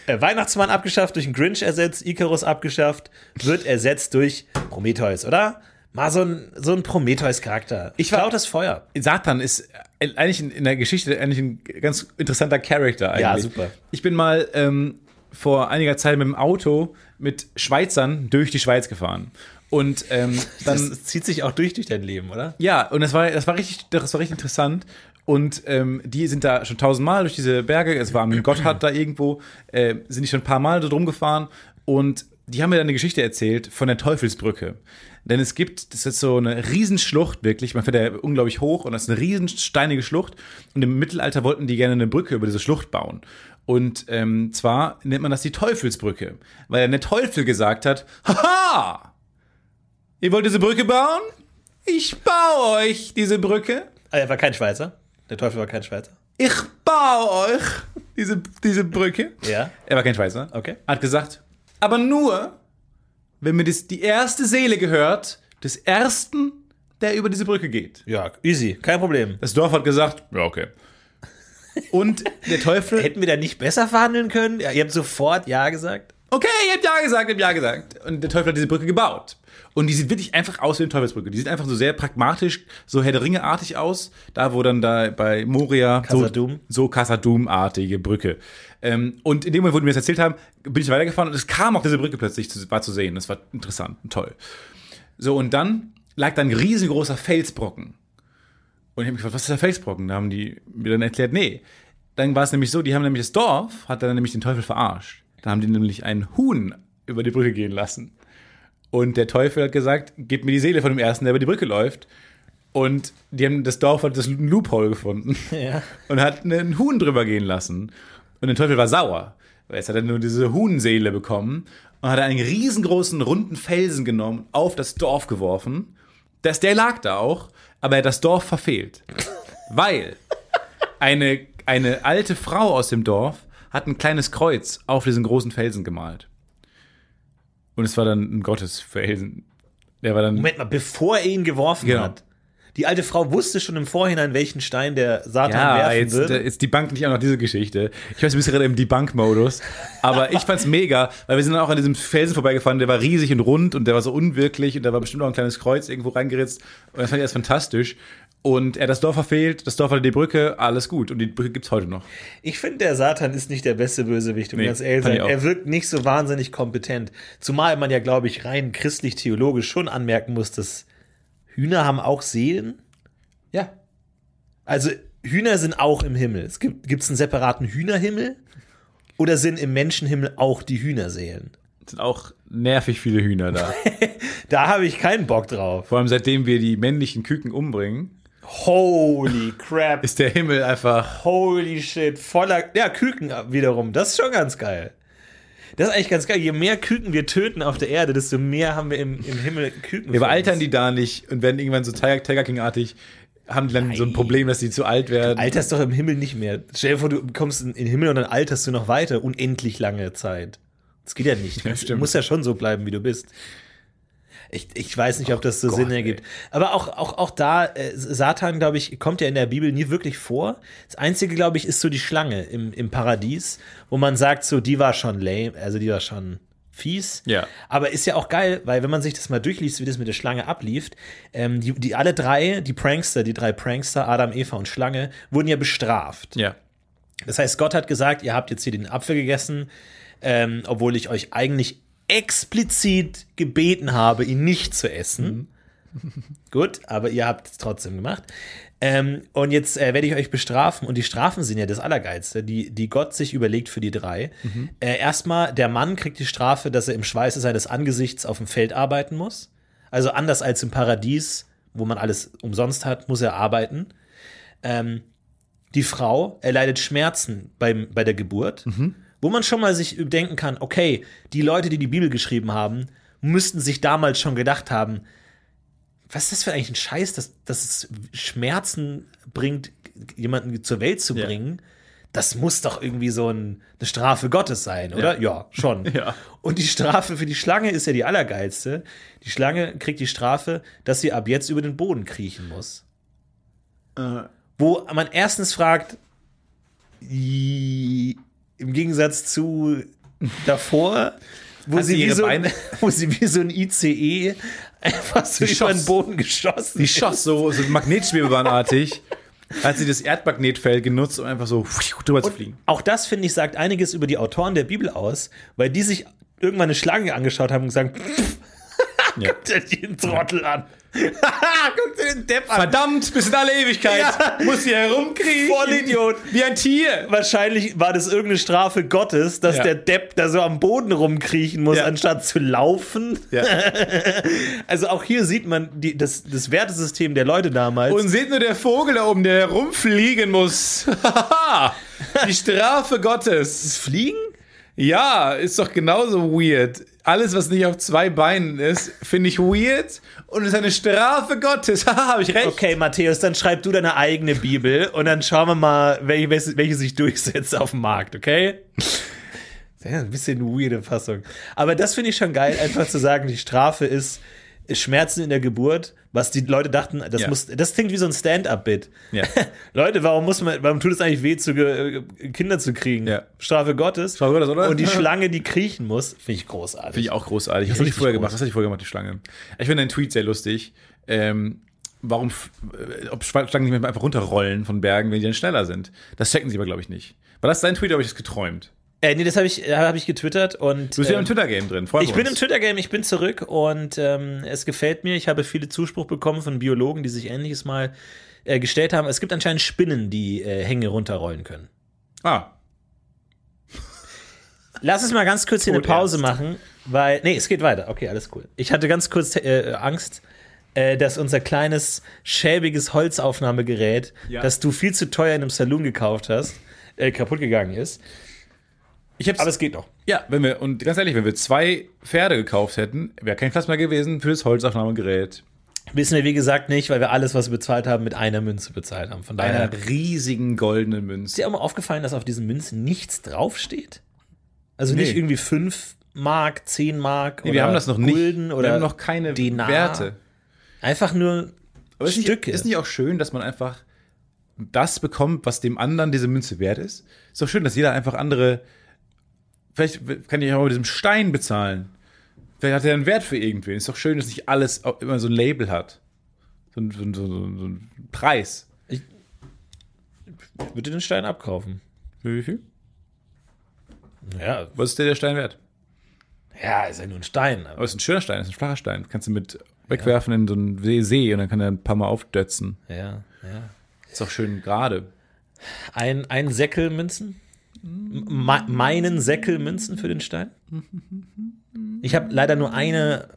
S1: Äh, Weihnachtsmann abgeschafft, durch einen Grinch ersetzt, Icarus abgeschafft, wird ersetzt durch Prometheus, oder? Mal so ein, so ein Prometheus-Charakter. Ich war auch das Feuer.
S2: Satan ist eigentlich in, in der Geschichte eigentlich ein ganz interessanter Charakter eigentlich.
S1: Ja, super.
S2: Ich bin mal ähm, vor einiger Zeit mit dem Auto mit Schweizern durch die Schweiz gefahren. Und ähm, dann
S1: Das zieht sich auch durch durch dein Leben, oder?
S2: Ja, und das war, das war richtig, das war richtig interessant. Und ähm, die sind da schon tausendmal durch diese Berge, es war am Gotthard da irgendwo, äh, sind die schon ein paar Mal so drum gefahren. Und die haben mir dann eine Geschichte erzählt von der Teufelsbrücke. Denn es gibt, das ist so eine Riesenschlucht wirklich, man fährt ja unglaublich hoch und das ist eine riesen steinige Schlucht. Und im Mittelalter wollten die gerne eine Brücke über diese Schlucht bauen. Und ähm, zwar nennt man das die Teufelsbrücke, weil dann der Teufel gesagt hat, haha, ihr wollt diese Brücke bauen? Ich baue euch diese Brücke.
S1: Ah, Er war kein Schweizer. Der Teufel war kein Schweizer.
S2: Ich baue euch diese, diese Brücke.
S1: Ja.
S2: Er war kein Schweizer.
S1: Okay.
S2: Hat gesagt, aber nur, wenn mir das, die erste Seele gehört, des Ersten, der über diese Brücke geht.
S1: Ja, easy, kein Problem.
S2: Das Dorf hat gesagt, ja, okay. Und der Teufel,
S1: Hätten wir da nicht besser verhandeln können? Ja, ihr habt sofort Ja gesagt.
S2: okay, ihr habt Ja gesagt, ihr habt Ja gesagt. Und der Teufel hat diese Brücke gebaut. Und die sieht wirklich einfach aus wie eine Teufelsbrücke. Die sieht einfach so sehr pragmatisch, so Herr der Ringe-artig aus. Da, wo dann da bei Moria so-
S1: Khazad-dûm.
S2: so Casadum-artige Brücke. Ähm, und in dem Moment, wo die mir das erzählt haben, bin ich weitergefahren und es kam auch diese Brücke plötzlich zu, war zu sehen. Das war interessant und toll. So, und dann lag da ein riesengroßer Felsbrocken. Und ich habe mich gefragt, was ist der Felsbrocken? Da haben die mir dann erklärt, nee. Dann war es nämlich so, die haben nämlich das Dorf, hat dann nämlich den Teufel verarscht. Da haben die nämlich einen Huhn über die Brücke gehen lassen. Und der Teufel hat gesagt, gib mir die Seele von dem Ersten, der über die Brücke läuft. Und die haben, das Dorf hat das Loophole gefunden
S1: Ja.
S2: und hat einen Huhn drüber gehen lassen. Und der Teufel war sauer. weil Jetzt hat er nur diese Huhnseele bekommen und hat einen riesengroßen, runden Felsen genommen, auf das Dorf geworfen. Das, der lag da auch, aber er hat das Dorf verfehlt. Weil eine, eine alte Frau aus dem Dorf hat ein kleines Kreuz auf diesen großen Felsen gemalt. Und es war dann ein Gottesfelsen. Der war dann
S1: Moment mal, bevor er ihn geworfen
S2: Genau.
S1: hat. Die alte Frau wusste schon im Vorhinein, welchen Stein der Satan
S2: Ja,
S1: werfen
S2: jetzt,
S1: wird.
S2: äh, jetzt debunkt nicht auch noch diese Geschichte. Ich weiß, du bist gerade im Debunk-Modus. Aber ich fand's mega, weil wir sind dann auch an diesem Felsen vorbeigefahren, der war riesig und rund und der war so unwirklich und da war bestimmt auch ein kleines Kreuz irgendwo reingeritzt. Und das fand ich erst fantastisch. Und er hat das Dorf verfehlt, das Dorf hatte die Brücke, alles gut. Und die Brücke gibt's heute noch.
S1: Ich finde, der Satan ist nicht der beste Bösewicht, um
S2: Nee,
S1: ganz ehrlich zu sein.
S2: fand ich auch.
S1: Er wirkt nicht so wahnsinnig kompetent. Zumal man ja, glaube ich, rein christlich-theologisch schon anmerken muss, dass Hühner haben auch Seelen.
S2: Ja.
S1: Also Hühner sind auch im Himmel. Es gibt gibt's einen separaten Hühnerhimmel oder sind im Menschenhimmel auch die Hühnerseelen?
S2: Sind auch nervig viele Hühner da.
S1: Da habe ich keinen Bock drauf.
S2: Vor allem seitdem wir die männlichen Küken umbringen,
S1: Holy crap.
S2: ist der Himmel einfach.
S1: Holy shit, voller. Ja, Küken wiederum. Das ist schon ganz geil. Das ist eigentlich ganz geil. Je mehr Küken wir töten auf der Erde, desto mehr haben wir im, im Himmel Küken.
S2: Wir
S1: für
S2: altern
S1: uns.
S2: die da nicht und werden irgendwann so Tiger Tiger King-artig, haben die dann so ein Problem, dass die zu alt werden.
S1: Alterst doch im Himmel nicht mehr. Stell dir vor, du kommst in in den Himmel und dann alterst du noch weiter, unendlich lange Zeit. Das geht ja nicht.
S2: Ja,
S1: du
S2: stimmt.
S1: musst ja schon so bleiben, wie du bist. Ich, ich weiß nicht, ob das so
S2: Oh Gott,
S1: Sinn
S2: ey.
S1: ergibt. Aber auch, auch, auch da, äh, Satan, glaube ich, kommt ja in der Bibel nie wirklich vor. Das Einzige, glaube ich, ist so die Schlange im, im Paradies, wo man sagt, so, die war schon lame, also die war schon fies.
S2: Ja.
S1: Aber ist ja auch geil, weil wenn man sich das mal durchliest, wie das mit der Schlange ablief, ähm, die, die alle drei, die Prankster, die drei Prankster, Adam, Eva und Schlange, wurden ja bestraft.
S2: Ja.
S1: Das heißt, Gott hat gesagt, ihr habt jetzt hier den Apfel gegessen, ähm, obwohl ich euch eigentlich explizit gebeten habe, ihn nicht zu essen. Gut, aber ihr habt es trotzdem gemacht. Ähm, und jetzt äh, werde ich euch bestrafen. Und die Strafen sind ja das Allergeilste, die, die Gott sich überlegt für die drei. Äh, erstmal, der Mann kriegt die Strafe, dass er im Schweiße seines Angesichts auf dem Feld arbeiten muss. Also anders als im Paradies, wo man alles umsonst hat, muss er arbeiten. Ähm, die Frau erleidet Schmerzen beim, bei der Geburt, wo man schon mal sich denken kann, okay, die Leute, die die Bibel geschrieben haben, müssten sich damals schon gedacht haben, was ist das für eigentlich ein Scheiß, dass, dass es Schmerzen bringt, jemanden zur Welt zu bringen? Das muss doch irgendwie so ein, eine Strafe Gottes sein, oder? Ja, schon.
S2: Ja.
S1: Und die Strafe für die Schlange ist ja die allergeilste. Die Schlange kriegt die Strafe, dass sie ab jetzt über den Boden kriechen muss
S2: Äh.
S1: wo man erstens fragt, i- im Gegensatz zu davor, wo
S2: Hat
S1: sie,
S2: sie
S1: wie
S2: ihre
S1: so,
S2: Beine-
S1: wo sie wie so ein ICE einfach so
S2: Die
S1: über den
S2: schoss.
S1: Boden geschossen
S2: Die schoss so, so magnetschwebebahnartig. hat sie das Erdmagnetfeld genutzt, um einfach so drüber zu fliegen.
S1: Auch das, finde ich, sagt einiges über die Autoren der Bibel aus, weil die sich irgendwann eine Schlange angeschaut haben und gesagt,
S2: Ja.
S1: guck dir den Trottel an.
S2: Ah,
S1: guck dir den Depp an.
S2: Verdammt, bis in alle Ewigkeit.
S1: Ja.
S2: Muss sie herumkriechen.
S1: Vollidiot.
S2: Wie ein Tier.
S1: Wahrscheinlich war das irgendeine Strafe Gottes, dass
S2: Ja.
S1: der Depp da so am Boden rumkriechen muss,
S2: Ja.
S1: anstatt zu laufen.
S2: Ja.
S1: Also auch hier sieht man die, das, das Wertesystem der Leute damals.
S2: Und seht nur der Vogel da oben, der herumfliegen muss. Die Strafe Gottes.
S1: Fliegen?
S2: Ja, ist doch genauso weird. Alles, was nicht auf zwei Beinen ist, finde ich weird und ist eine Strafe Gottes. Haha, habe ich recht?
S1: Okay, Matthäus, dann schreib du deine eigene Bibel und dann schauen wir mal, welche, welche- welche sich durchsetzt auf dem Markt, okay? Ja, ein bisschen weirde Fassung. Aber das finde ich schon geil, einfach zu sagen, die Strafe ist Schmerzen in der Geburt, was die Leute dachten, das
S2: Ja.
S1: muss, das klingt wie so ein Stand-up-Bit.
S2: Ja.
S1: Leute, warum muss man, warum tut es eigentlich weh, zu ge, äh, Kinder zu kriegen?
S2: Ja.
S1: Strafe Gottes.
S2: Strafe Gottes, oder?
S1: Und die Schlange, die kriechen muss, finde ich großartig.
S2: Finde ich auch großartig. Was
S1: Richtig
S2: hatte ich vorher
S1: groß.
S2: gemacht? Was hatte ich vorher gemacht, die Schlange? Ich finde deinen Tweet sehr lustig. Ähm, warum, f- äh, ob Schwa- Schlangen nicht manchmal einfach runterrollen von Bergen, wenn die dann schneller sind? Das checken sie aber, glaube ich, nicht. War das dein Tweet, oder habe ich das geträumt?
S1: Äh, nee, das habe ich, äh, hab ich getwittert und.
S2: Du bist ja
S1: ähm,
S2: im Twitter-Game drin. Freuen
S1: ich
S2: wir
S1: bin im
S2: uns.
S1: Twitter-Game, ich bin zurück und ähm, es gefällt mir. Ich habe viele Zuspruch bekommen von Biologen, die sich ähnliches mal äh, gestellt haben. Es gibt anscheinend Spinnen, die äh, Hänge runterrollen können.
S2: Ah,
S1: Lass uns mal ganz kurz hier eine
S2: Gut,
S1: Pause
S2: ernst.
S1: machen, weil. Nee, es geht weiter. Okay, alles cool. Ich hatte ganz kurz äh, Angst, äh, dass unser kleines, schäbiges Holzaufnahmegerät,
S2: Ja.
S1: das du viel zu teuer in einem Saloon gekauft hast, äh, kaputt gegangen ist.
S2: Ich hab's,
S1: Aber es geht noch.
S2: ja, wenn wir, und ganz ehrlich, wenn wir zwei Pferde gekauft hätten, wäre kein Platz mehr gewesen für das Holzaufnahmegerät.
S1: Wissen wir, wie gesagt, nicht, weil wir alles, was wir bezahlt haben, mit einer Münze bezahlt haben. Von daher
S2: Einer riesigen goldenen Münze.
S1: Ist dir auch mal aufgefallen, dass auf diesen Münzen nichts draufsteht? Also
S2: Nee.
S1: nicht irgendwie 5 Mark, 10 Mark
S2: Nee,
S1: oder
S2: wir haben das noch nicht.
S1: Gulden oder
S2: wir haben noch keine
S1: Denar.
S2: Werte.
S1: Einfach nur
S2: Aber ist nicht,
S1: Stücke.
S2: ist nicht auch schön, dass man einfach das bekommt, was dem anderen diese Münze wert ist? Ist doch schön, dass jeder einfach andere. Vielleicht kann ich auch mit diesem Stein bezahlen. Vielleicht hat er einen Wert für irgendwen. Ist doch schön, dass nicht alles auch immer so ein Label hat. So ein, so ein, so ein, so ein Preis.
S1: ich würde den Stein abkaufen.
S2: Wie viel?
S1: Ja,
S2: Was ist der, der Stein wert?
S1: ja, ist ja nur ein Stein.
S2: Aber es ist ein schöner Stein, es ist ein flacher Stein. Kannst du mit wegwerfen in so einen See- See und dann kann er ein paar Mal aufdötzen.
S1: ja, ja.
S2: Ist doch schön gerade.
S1: Ein, ein Säckel Münzen? M- Me meinen Säckel Münzen für den Stein? Ich habe leider nur eine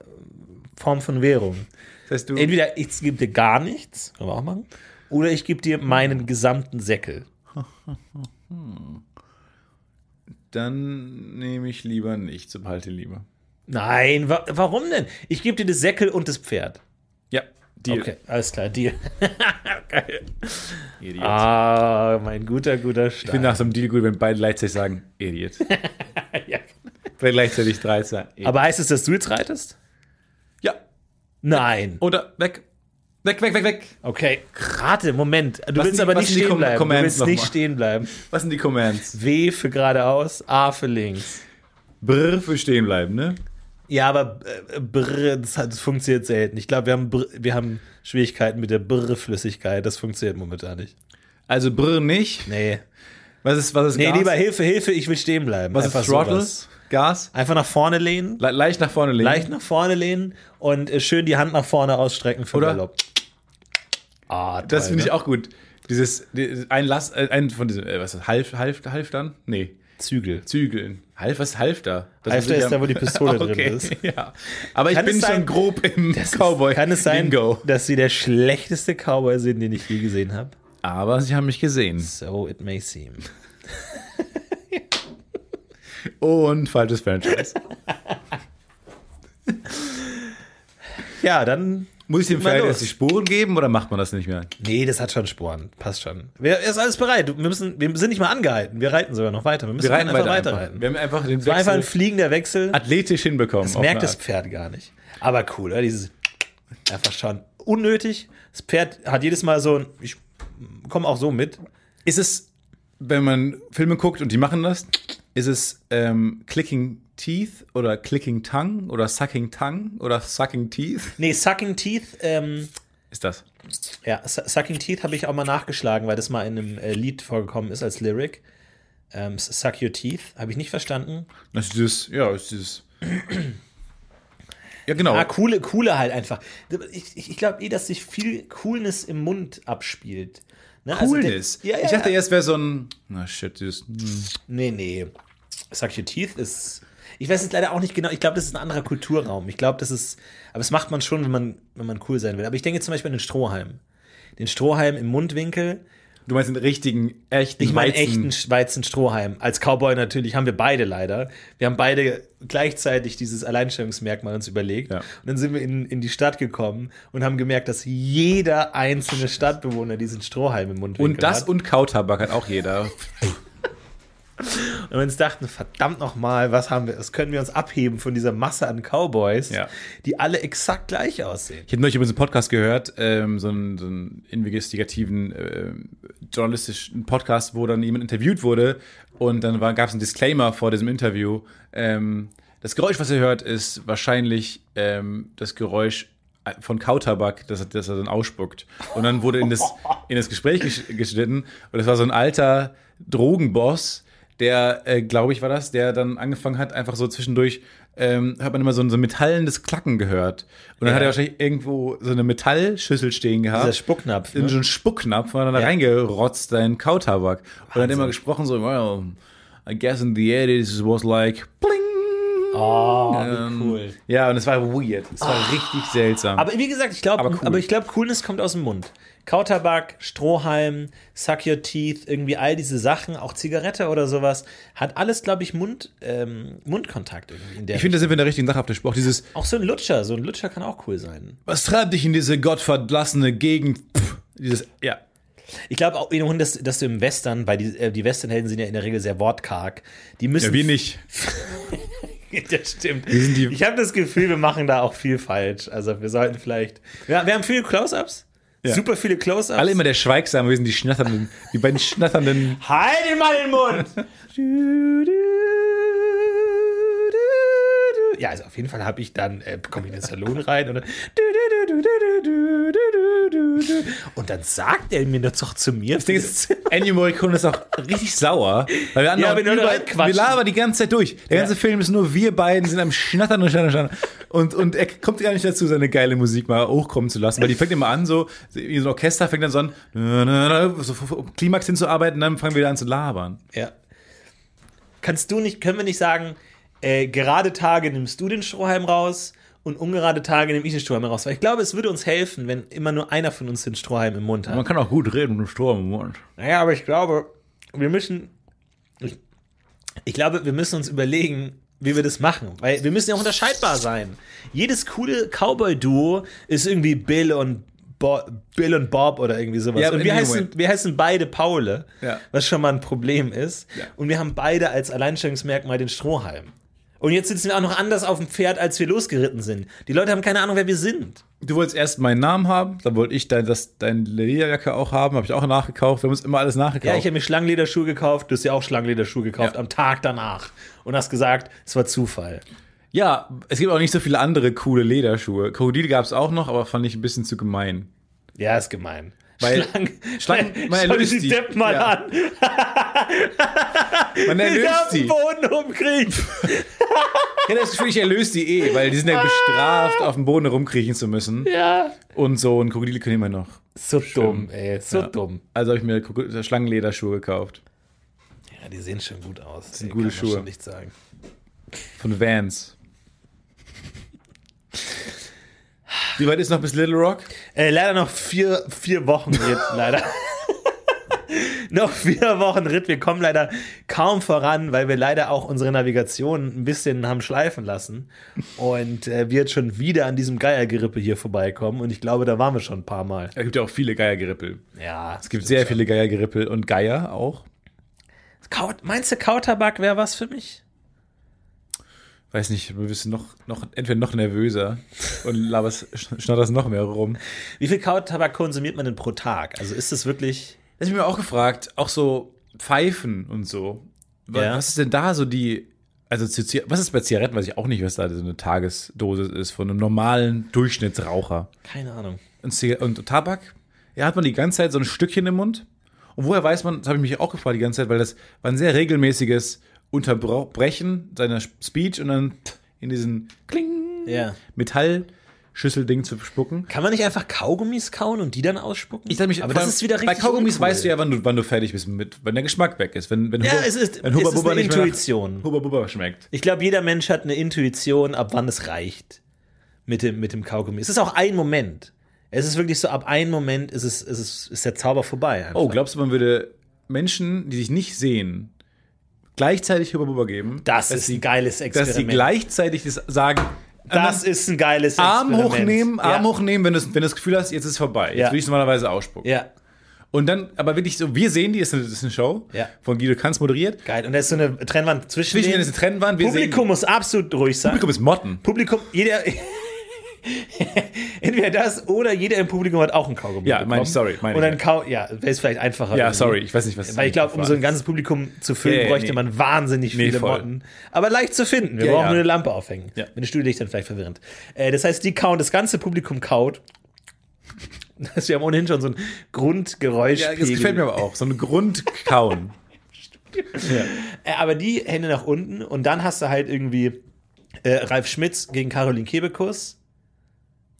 S1: Form von Währung.
S2: Das heißt, du.
S1: Entweder ich gebe dir gar nichts, können wir auch machen, oder ich gebe dir meinen gesamten Säckel.
S2: Dann nehme ich lieber nichts und halte lieber.
S1: Nein, wa warum denn? Ich gebe dir das Säckel und das Pferd.
S2: Ja, Deal.
S1: Okay, alles klar, Deal. Geil.
S2: Idiot.
S1: Ah, mein guter, guter
S2: Ich bin
S1: Stein.
S2: nach so einem Deal gut, wenn beide gleichzeitig sagen, Idiot.
S1: Ja.
S2: Beide gleichzeitig drei sagen, Idiot.
S1: Aber heißt es, dass du jetzt reitest?
S2: ja,
S1: Nein.
S2: oder weg. Weg, weg, weg, weg.
S1: Okay, rate, Moment. Du
S2: Was
S1: willst
S2: sind die-
S1: aber
S2: was
S1: nicht
S2: sind die
S1: stehen
S2: Com-
S1: bleiben. Du
S2: Commands
S1: willst nicht
S2: nochmal?
S1: stehen bleiben.
S2: Was sind die Commands?
S1: W für geradeaus, A für links.
S2: Brr für stehen bleiben, ne?
S1: Ja, aber äh, Brr, das, hat, das funktioniert selten. Ich glaube, wir, haben Brr- wir haben Schwierigkeiten mit der Brr-Flüssigkeit. Das funktioniert momentan nicht.
S2: Also Brr nicht.
S1: Nee.
S2: Was ist, was ist
S1: Nee,
S2: Gas?
S1: lieber Hilfe, Hilfe, ich will stehen bleiben.
S2: was ist
S1: Einfach
S2: Throttle?
S1: sowas.
S2: Gas?
S1: Einfach nach vorne lehnen,
S2: Le leicht nach vorne legen.
S1: leicht nach vorne lehnen und äh, schön die Hand nach vorne ausstrecken für
S2: Oder?
S1: Galopp. Ah, toll,
S2: Das finde ich
S1: ne?
S2: auch gut. Dieses, dieses ein Lass, äh, ein von diesem, äh, was ist das? Half, half, half dann? Nee.
S1: Zügel.
S2: Zügeln. Half, was ist Halfter? Das
S1: Halfter
S2: ja-
S1: ist da, wo die Pistole drin
S2: Okay,
S1: ist.
S2: Ja. Aber ich
S1: Kann es
S2: bin
S1: sein-
S2: schon grob im Cowboy.
S1: Kann es sein,
S2: Bingo.
S1: dass sie der schlechteste Cowboy sind, den ich je gesehen habe?
S2: Aber sie haben mich gesehen.
S1: So it may seem.
S2: Und falsches Franchise.
S1: Ja, dann.
S2: Muss ich dem
S1: Mal
S2: Pferd
S1: los.
S2: erst die Spuren geben oder macht man das nicht mehr?
S1: Nee, das hat schon Sporen. Passt schon. Wir, ist alles bereit. Wir, müssen, wir sind nicht mal angehalten. Wir reiten sogar noch weiter. Wir müssen
S2: Wir reiten
S1: einfach
S2: weiter.
S1: weiter
S2: einfach.
S1: reiten.
S2: Wir haben einfach den
S1: Es war einfach ein
S2: Wechsel
S1: fliegender Wechsel.
S2: athletisch hinbekommen.
S1: Das
S2: auf
S1: merkt
S2: eine
S1: das
S2: Art.
S1: Pferd gar nicht. Aber cool, oder? Dieses einfach schon unnötig. Das Pferd hat jedes Mal so ein, ich komme auch so mit.
S2: Ist es, wenn man Filme guckt und die machen das, ist es ähm, Clicking Teeth oder Clicking Tongue oder Sucking Tongue oder Sucking Teeth?
S1: Nee, Sucking Teeth, ähm,
S2: Ist das?
S1: ja, Su- Sucking Teeth habe ich auch mal nachgeschlagen, weil das mal in einem äh, Lied vorgekommen ist als Lyric. Ähm, Suck Your Teeth, habe ich nicht verstanden.
S2: Das ist dieses, ja, ist dieses. Ja, genau.
S1: Ah, coole, coole halt einfach. Ich, ich, ich glaube eh, dass sich viel Coolness im Mund abspielt. Ne? Also der-
S2: Coolness.
S1: ja, ja,
S2: ich dachte
S1: ja.
S2: erst wäre so ein, na shit, dieses,
S1: Nee, nee. Suck Your Teeth ist. Ich weiß es leider auch nicht genau. Ich glaube, das ist ein anderer Kulturraum. Ich glaube, das ist. Aber das macht man schon, wenn man, wenn man cool sein will. Aber ich denke zum Beispiel an den Strohhalm. Den Strohhalm im Mundwinkel.
S2: du meinst den richtigen, echten
S1: Ich meine
S2: Weizen-
S1: echten Sch- Weizen-Strohhalm. Als Cowboy natürlich haben wir beide leider. Wir haben beide gleichzeitig dieses Alleinstellungsmerkmal uns überlegt.
S2: Ja.
S1: Und dann sind wir in, in die Stadt gekommen und haben gemerkt, dass jeder einzelne Stadtbewohner diesen Strohhalm im Mundwinkel
S2: Und das
S1: hat.
S2: und Kautabak hat auch jeder.
S1: Und wir uns dachten, verdammt nochmal, was haben wir, das können wir uns abheben von dieser Masse an Cowboys,
S2: Ja.
S1: die alle exakt gleich aussehen.
S2: Ich habe neulich übrigens einen Podcast gehört, ähm, so, einen, so einen investigativen, ähm, journalistischen Podcast, wo dann jemand interviewt wurde und dann gab es einen Disclaimer vor diesem Interview. Ähm, das Geräusch, was ihr hört, ist wahrscheinlich ähm, das Geräusch von Kautabak, das, er- das er dann ausspuckt. Und dann wurde in das, in das Gespräch gesch- geschnitten und das war so ein alter Drogenboss, der, äh, glaube ich, war das, der dann angefangen hat, einfach so zwischendurch, ähm, hat man immer so ein, so ein metallendes Klacken gehört. Und dann hat er wahrscheinlich irgendwo so eine Metallschüssel stehen gehabt.
S1: Dieser Spucknapf,
S2: In
S1: ne?
S2: so einen Spucknapf, und hat dann
S1: Ja.
S2: da reingerotzt, seinen Kautabak. Und hat immer gesprochen so, well, I guess in the 80s it was like, bling,
S1: Oh, wie cool.
S2: Ja, und es war weird. Es war richtig seltsam.
S1: Aber wie gesagt, ich glaube,
S2: Ah. Aber
S1: aber,
S2: cool.
S1: ich glaube, Coolness kommt aus dem Mund. Kautabak, Strohhalm, Suck Your Teeth, irgendwie all diese Sachen, auch Zigarette oder sowas, hat alles, glaube ich, Mund, ähm, Mundkontakt irgendwie in der.
S2: ich finde, da sind wir in der richtigen Sache auf der Spur. Auch dieses,
S1: auch so ein Lutscher, so ein Lutscher kann auch cool sein.
S2: was treibt dich in diese gottverlassene Gegend? Pff, dieses, ja.
S1: Ich glaube auch wiederum, dass, dass du im Western, weil die, äh, die Westernhelden sind ja in der Regel sehr wortkarg, die müssen.
S2: Ja, wir nicht.
S1: das stimmt.
S2: sind die-
S1: ich habe das Gefühl, wir machen da auch viel falsch. Also wir sollten vielleicht. Ja, wir haben viele Close-Ups.
S2: Ja.
S1: Super viele Close-Ups.
S2: Alle immer der Schweigsame, wir sind die Schnatternden, die beiden Schnatternden.
S1: Halt ihn mal den Mund! Du, du, du, du. Ja, also auf jeden Fall habe ich dann, äh, komme ich in den Salon rein und dann, du, du, du, du, du, du, du, du, du, du. und dann sagt er mir das doch zu mir.
S2: Das Ding ist, Ennio Morricone ist auch richtig sauer, weil wir andauernd
S1: wenn wir
S2: überall-
S1: nur quatschen.
S2: wir labern die ganze Zeit durch. Der ganze
S1: Ja.
S2: Film ist nur wir beiden sind am Schnattern und Schnattern, Schnattern. Und, und er kommt gar nicht dazu, seine geile Musik mal hochkommen zu lassen, weil die fängt immer an, so, wie so ein Orchester fängt dann so an, na, na, na, so, um Klimax hinzuarbeiten, dann fangen wir wieder an zu labern.
S1: Ja. Kannst du nicht, können wir nicht sagen, äh, gerade Tage nimmst du den Strohhalm raus und ungerade Tage nehme ich den Strohhalm raus? Weil ich glaube, es würde uns helfen, wenn immer nur einer von uns den Strohhalm im Mund hat.
S2: Man kann auch gut reden mit dem Sturm im Mund.
S1: Naja, aber ich glaube, wir müssen. Ich, ich glaube, wir müssen uns überlegen, wie wir das machen. Weil wir müssen ja auch unterscheidbar sein. Jedes coole Cowboy-Duo ist irgendwie Bill und Bo Bill und Bob oder irgendwie sowas.
S2: Ja, aber
S1: und wir
S2: anyway.
S1: heißen, wir heißen beide Paule,
S2: Ja.
S1: was schon mal ein Problem ist. Und wir haben beide als Alleinstellungsmerkmal den Strohhalm. Und jetzt sitzen wir auch noch anders auf dem Pferd, als wir losgeritten sind. Die Leute haben keine Ahnung, wer wir sind.
S2: Du wolltest erst meinen Namen haben, dann wollte ich dein, das, deine Lederjacke auch haben, habe ich auch nachgekauft. Wir haben uns immer alles
S1: Ja,
S2: nachgekauft.
S1: ich habe mir Schlangenlederschuhe gekauft, du hast ja auch Schlangenlederschuhe gekauft
S2: Ja.
S1: am Tag danach und hast gesagt, es war Zufall.
S2: Ja, es gibt auch nicht so viele andere coole Lederschuhe. Krokodil gab es auch noch, aber fand ich ein bisschen zu gemein.
S1: Ja, ist gemein.
S2: Weil-
S1: Schlangen,
S2: Schlangen- man
S1: schau dir
S2: erlöst
S1: die
S2: die.
S1: Depp mal
S2: Ja.
S1: an.
S2: Man
S1: Ich
S2: erlöst
S1: hab
S2: die.
S1: den
S2: Ich
S1: Boden umkriegt.
S2: hätte das Gefühl, ich erlöse die eh, weil die sind ja bestraft, auf dem Boden rumkriechen zu müssen.
S1: Ja.
S2: Und so, und Krokodile können immer noch.
S1: So dumm, ey. So
S2: Ja.
S1: dumm.
S2: Also habe ich mir Kroko- Schlangenlederschuhe gekauft.
S1: Ja, die sehen schon gut aus. Das
S2: sind gute Schuhe.
S1: nicht sagen.
S2: Von Vans. Wie weit ist noch bis Little Rock?
S1: Äh, leider noch vier, vier Wochen Ritt, leider. noch vier Wochen Ritt. Wir kommen leider kaum voran, weil wir leider auch unsere Navigation ein bisschen haben schleifen lassen. Und äh, wir jetzt schon wieder an diesem Geiergerippe hier vorbeikommen. Und ich glaube, da waren wir schon ein paar Mal.
S2: Es gibt ja auch viele Geiergerippel.
S1: Ja,
S2: Es gibt sehr viele Geiergerippel und Geier auch.
S1: Kau meinst du, Kautabak wäre was für mich?
S2: Weiß nicht, wir bist noch, noch, entweder noch nervöser und laberst, schn- schnatterst noch mehr rum.
S1: Wie viel Kautabak konsumiert man denn pro Tag? Also ist es wirklich.
S2: Das habe ich mir auch gefragt, auch so Pfeifen und so. Wa-
S1: Ja.
S2: Was ist denn da so die, also zu Zi- was ist bei Zigaretten, weiß ich auch nicht, was da so eine Tagesdosis ist von einem normalen Durchschnittsraucher.
S1: Keine Ahnung.
S2: Und, Ziga- und Tabak, ja, hat man die ganze Zeit so ein Stückchen im Mund. Und woher weiß man, das habe ich mich auch gefragt die ganze Zeit, weil das war ein sehr regelmäßiges Unterbrechen seiner Speech und dann in diesen Kling
S1: Ja.
S2: Metallschüsselding zu spucken.
S1: Kann man nicht einfach Kaugummis kauen und die dann ausspucken?
S2: Ich sag mich,
S1: aber
S2: vor
S1: das
S2: allem
S1: ist wieder richtig.
S2: Bei Kaugummis
S1: uncool.
S2: weißt du ja, wann du, wann du fertig bist, mit, wenn der Geschmack weg ist. Wenn, wenn
S1: Ja,
S2: Hubba-
S1: es ist-
S2: wenn Hubba
S1: es ist
S2: Bubba
S1: eine
S2: nicht mehr nach
S1: Intuition.
S2: Hubba Bubba schmeckt.
S1: Ich glaube, jeder Mensch hat eine Intuition, ab wann es reicht mit dem, mit dem Kaugummi. Es ist auch ein Moment. Es ist wirklich so, ab einem Moment ist, es, ist, es, ist der Zauber vorbei. einfach.
S2: Oh, glaubst du, man würde Menschen, die sich nicht sehen, gleichzeitig Hubba Bubba geben?
S1: das
S2: dass
S1: ist
S2: sie,
S1: ein geiles
S2: Dass sie
S1: Experiment.
S2: gleichzeitig das sagen.
S1: das ist ein geiles
S2: Arm
S1: Experiment.
S2: hochnehmen, Arm
S1: ja.
S2: hochnehmen, wenn du, wenn du das Gefühl hast, jetzt ist vorbei. Jetzt
S1: Ja.
S2: würde ich es normalerweise ausspucken.
S1: Ja,
S2: Und dann, aber wirklich so, wir sehen die, ist eine, ist eine Show
S1: Ja.
S2: von Guido Kanz moderiert.
S1: geil. Und da ist so eine Trennwand zwischen.
S2: Zwischen
S1: denen.
S2: denen ist eine Trennwand, wir
S1: Publikum
S2: sehen.
S1: muss absolut ruhig sein.
S2: Publikum ist Motten.
S1: Publikum, jeder. Entweder das oder jeder im Publikum hat auch einen Kaugummi.
S2: Ja,
S1: bekommen.
S2: meine ich, sorry, meine
S1: Und dann
S2: ich.
S1: Kau ja, wäre es vielleicht einfacher.
S2: Ja,
S1: irgendwie.
S2: sorry, ich weiß nicht, was
S1: Weil ich glaube, um so ein
S2: ganz
S1: ganzes Publikum zu füllen,
S2: Ja, ja,
S1: bräuchte
S2: nee.
S1: man wahnsinnig
S2: Nee,
S1: viele
S2: voll.
S1: Motten. Aber leicht zu finden. Wir
S2: Ja,
S1: brauchen
S2: ja.
S1: nur eine Lampe aufhängen.
S2: Ja.
S1: Wenn ein Studiolicht dann vielleicht verwirrend. Äh, das heißt, die kauen, das ganze Publikum kaut. Das- Wir haben ohnehin schon so ein Grundgeräusch.
S2: Ja, das gefällt mir aber auch. So ein Grundkauen.
S1: Äh, aber die Hände nach unten und dann hast du halt irgendwie äh, Ralf Schmitz gegen Caroline Kebekus.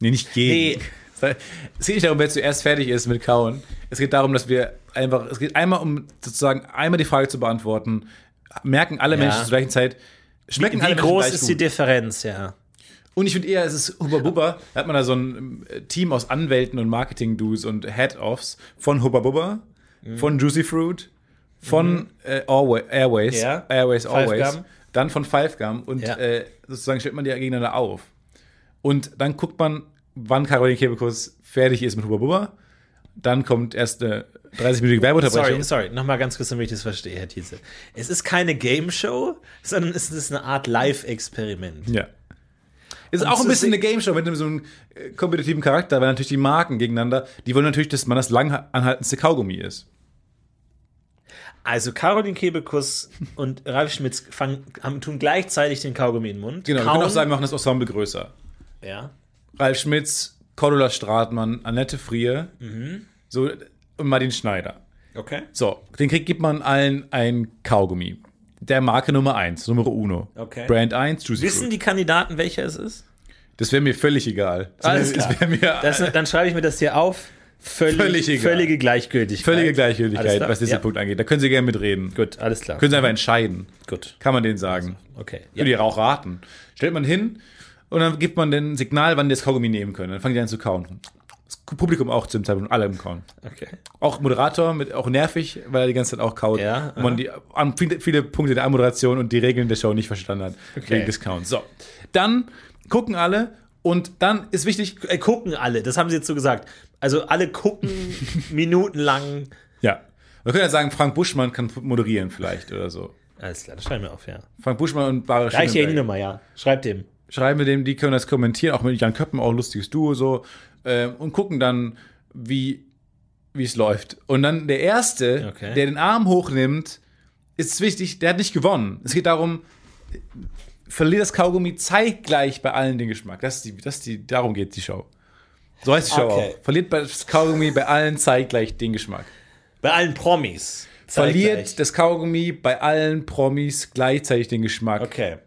S2: nee, nicht gegen. Es geht nicht darum, wer zuerst fertig ist mit Kauen. Es geht darum, dass wir einfach, es geht einmal um sozusagen einmal die Frage zu beantworten. Merken alle
S1: Ja.
S2: Menschen zur gleichen Zeit, Schmecken
S1: Wie
S2: alle Menschen
S1: groß
S2: gleich
S1: ist
S2: gut.
S1: die Differenz, ja.
S2: Und ich finde eher, es ist Hubba Bubba. Da hat man da so ein äh, Team aus Anwälten und Marketing-Dudes und Head-Offs von Hubba Bubba,
S1: Mhm.
S2: von Juicy Fruit, von äh, Airwa- Airways,
S1: Ja.
S2: Airways
S1: Five
S2: Always,
S1: Gum.
S2: dann von Five Gum und
S1: Ja.
S2: äh, sozusagen stellt man die ja gegeneinander auf. Und dann guckt man, wann Caroline Kebekus fertig ist mit Hubba Bubba. Dann kommt erst eine 30-minütige Werbeunterbrechung.
S1: Sorry, sorry, nochmal ganz kurz, damit ich das verstehe, Herr Tietze. Es ist keine Game Show, sondern es ist eine Art Live-Experiment.
S2: Ja. Ist
S1: Und
S2: auch
S1: es
S2: ein
S1: ist
S2: bisschen
S1: e-
S2: eine Game Show mit einem so einem äh, kompetitiven Charakter, weil natürlich die Marken gegeneinander, die wollen natürlich, dass man das lang anhaltendste Kaugummi ist.
S1: Also Caroline Kebekus und Ralf Schmitz fangen, haben, tun gleichzeitig den Kaugummi in den Mund.
S2: Genau, wir
S1: kauen,
S2: können auch sagen, wir machen das Ensemble größer.
S1: ja.
S2: Ralf Schmitz, Cordula Stratmann, Annette Frier,
S1: Mhm.
S2: so und Martin Schneider.
S1: Okay.
S2: So, den Krieg gibt man allen ein Kaugummi. Der Marke Nummer 1, Nummer Uno.
S1: Okay.
S2: Brand 1, Juicy
S1: Wissen
S2: Fruit.
S1: die Kandidaten, welcher es ist?
S2: Das wäre mir völlig egal. Das
S1: Alles
S2: wär-
S1: klar.
S2: Das wäre mir
S1: Das, dann schreibe ich mir das hier auf. Völlig,
S2: Äh. Völlig egal.
S1: Völlige Gleichgültigkeit.
S2: völlige
S1: Alles
S2: Gleichgültigkeit,
S1: klar?
S2: was diesen
S1: Ja.
S2: Punkt angeht. Da können Sie gerne mitreden.
S1: Gut, alles klar.
S2: Können Sie einfach entscheiden.
S1: Gut,
S2: Kann man denen sagen.
S1: Also, okay.
S2: Würde ja auch raten. Stellt man hin und dann gibt man den Signal, wann die das Kaugummi nehmen können. Dann fangen die an zu kauen. Das Publikum auch zu dem Zeitpunkt, alle im Kauen.
S1: Okay.
S2: Auch Moderator, mit, auch nervig, weil er die ganze Zeit auch kaut.
S1: Ja,
S2: und man
S1: aha.
S2: die, an viele, viele Punkte der Anmoderation und die Regeln der Show nicht verstanden hat. Wegen des Counts. So, dann gucken alle und dann ist wichtig,
S1: Äh, Gucken alle, das haben sie jetzt so gesagt. Also alle gucken minutenlang.
S2: ja, wir können ja sagen, Frank Buschmann kann moderieren vielleicht oder so.
S1: Alles klar, das schreiben wir auf, ja.
S2: Frank Buschmann und Barbara
S1: Reiche
S2: Schöneberger.
S1: Handynummer, ja. Schreib dem.
S2: schreiben wir dem, die können das kommentieren, auch mit Jan Köppen, auch ein lustiges Duo so, ähm, und gucken dann, wie wie es läuft. Und dann der Erste,
S1: Okay.
S2: der den Arm hochnimmt, ist wichtig, der hat nicht gewonnen. Es geht darum, äh, verliert das Kaugummi zeitgleich bei allen den Geschmack. Das ist die, das ist die, darum geht die Show. So heißt die Show
S1: Okay.
S2: auch. Verliert das Kaugummi bei allen zeitgleich den Geschmack.
S1: Bei allen Promis.
S2: Verliert
S1: Zeitgleich.
S2: das Kaugummi bei allen Promis gleichzeitig den Geschmack.
S1: Okay,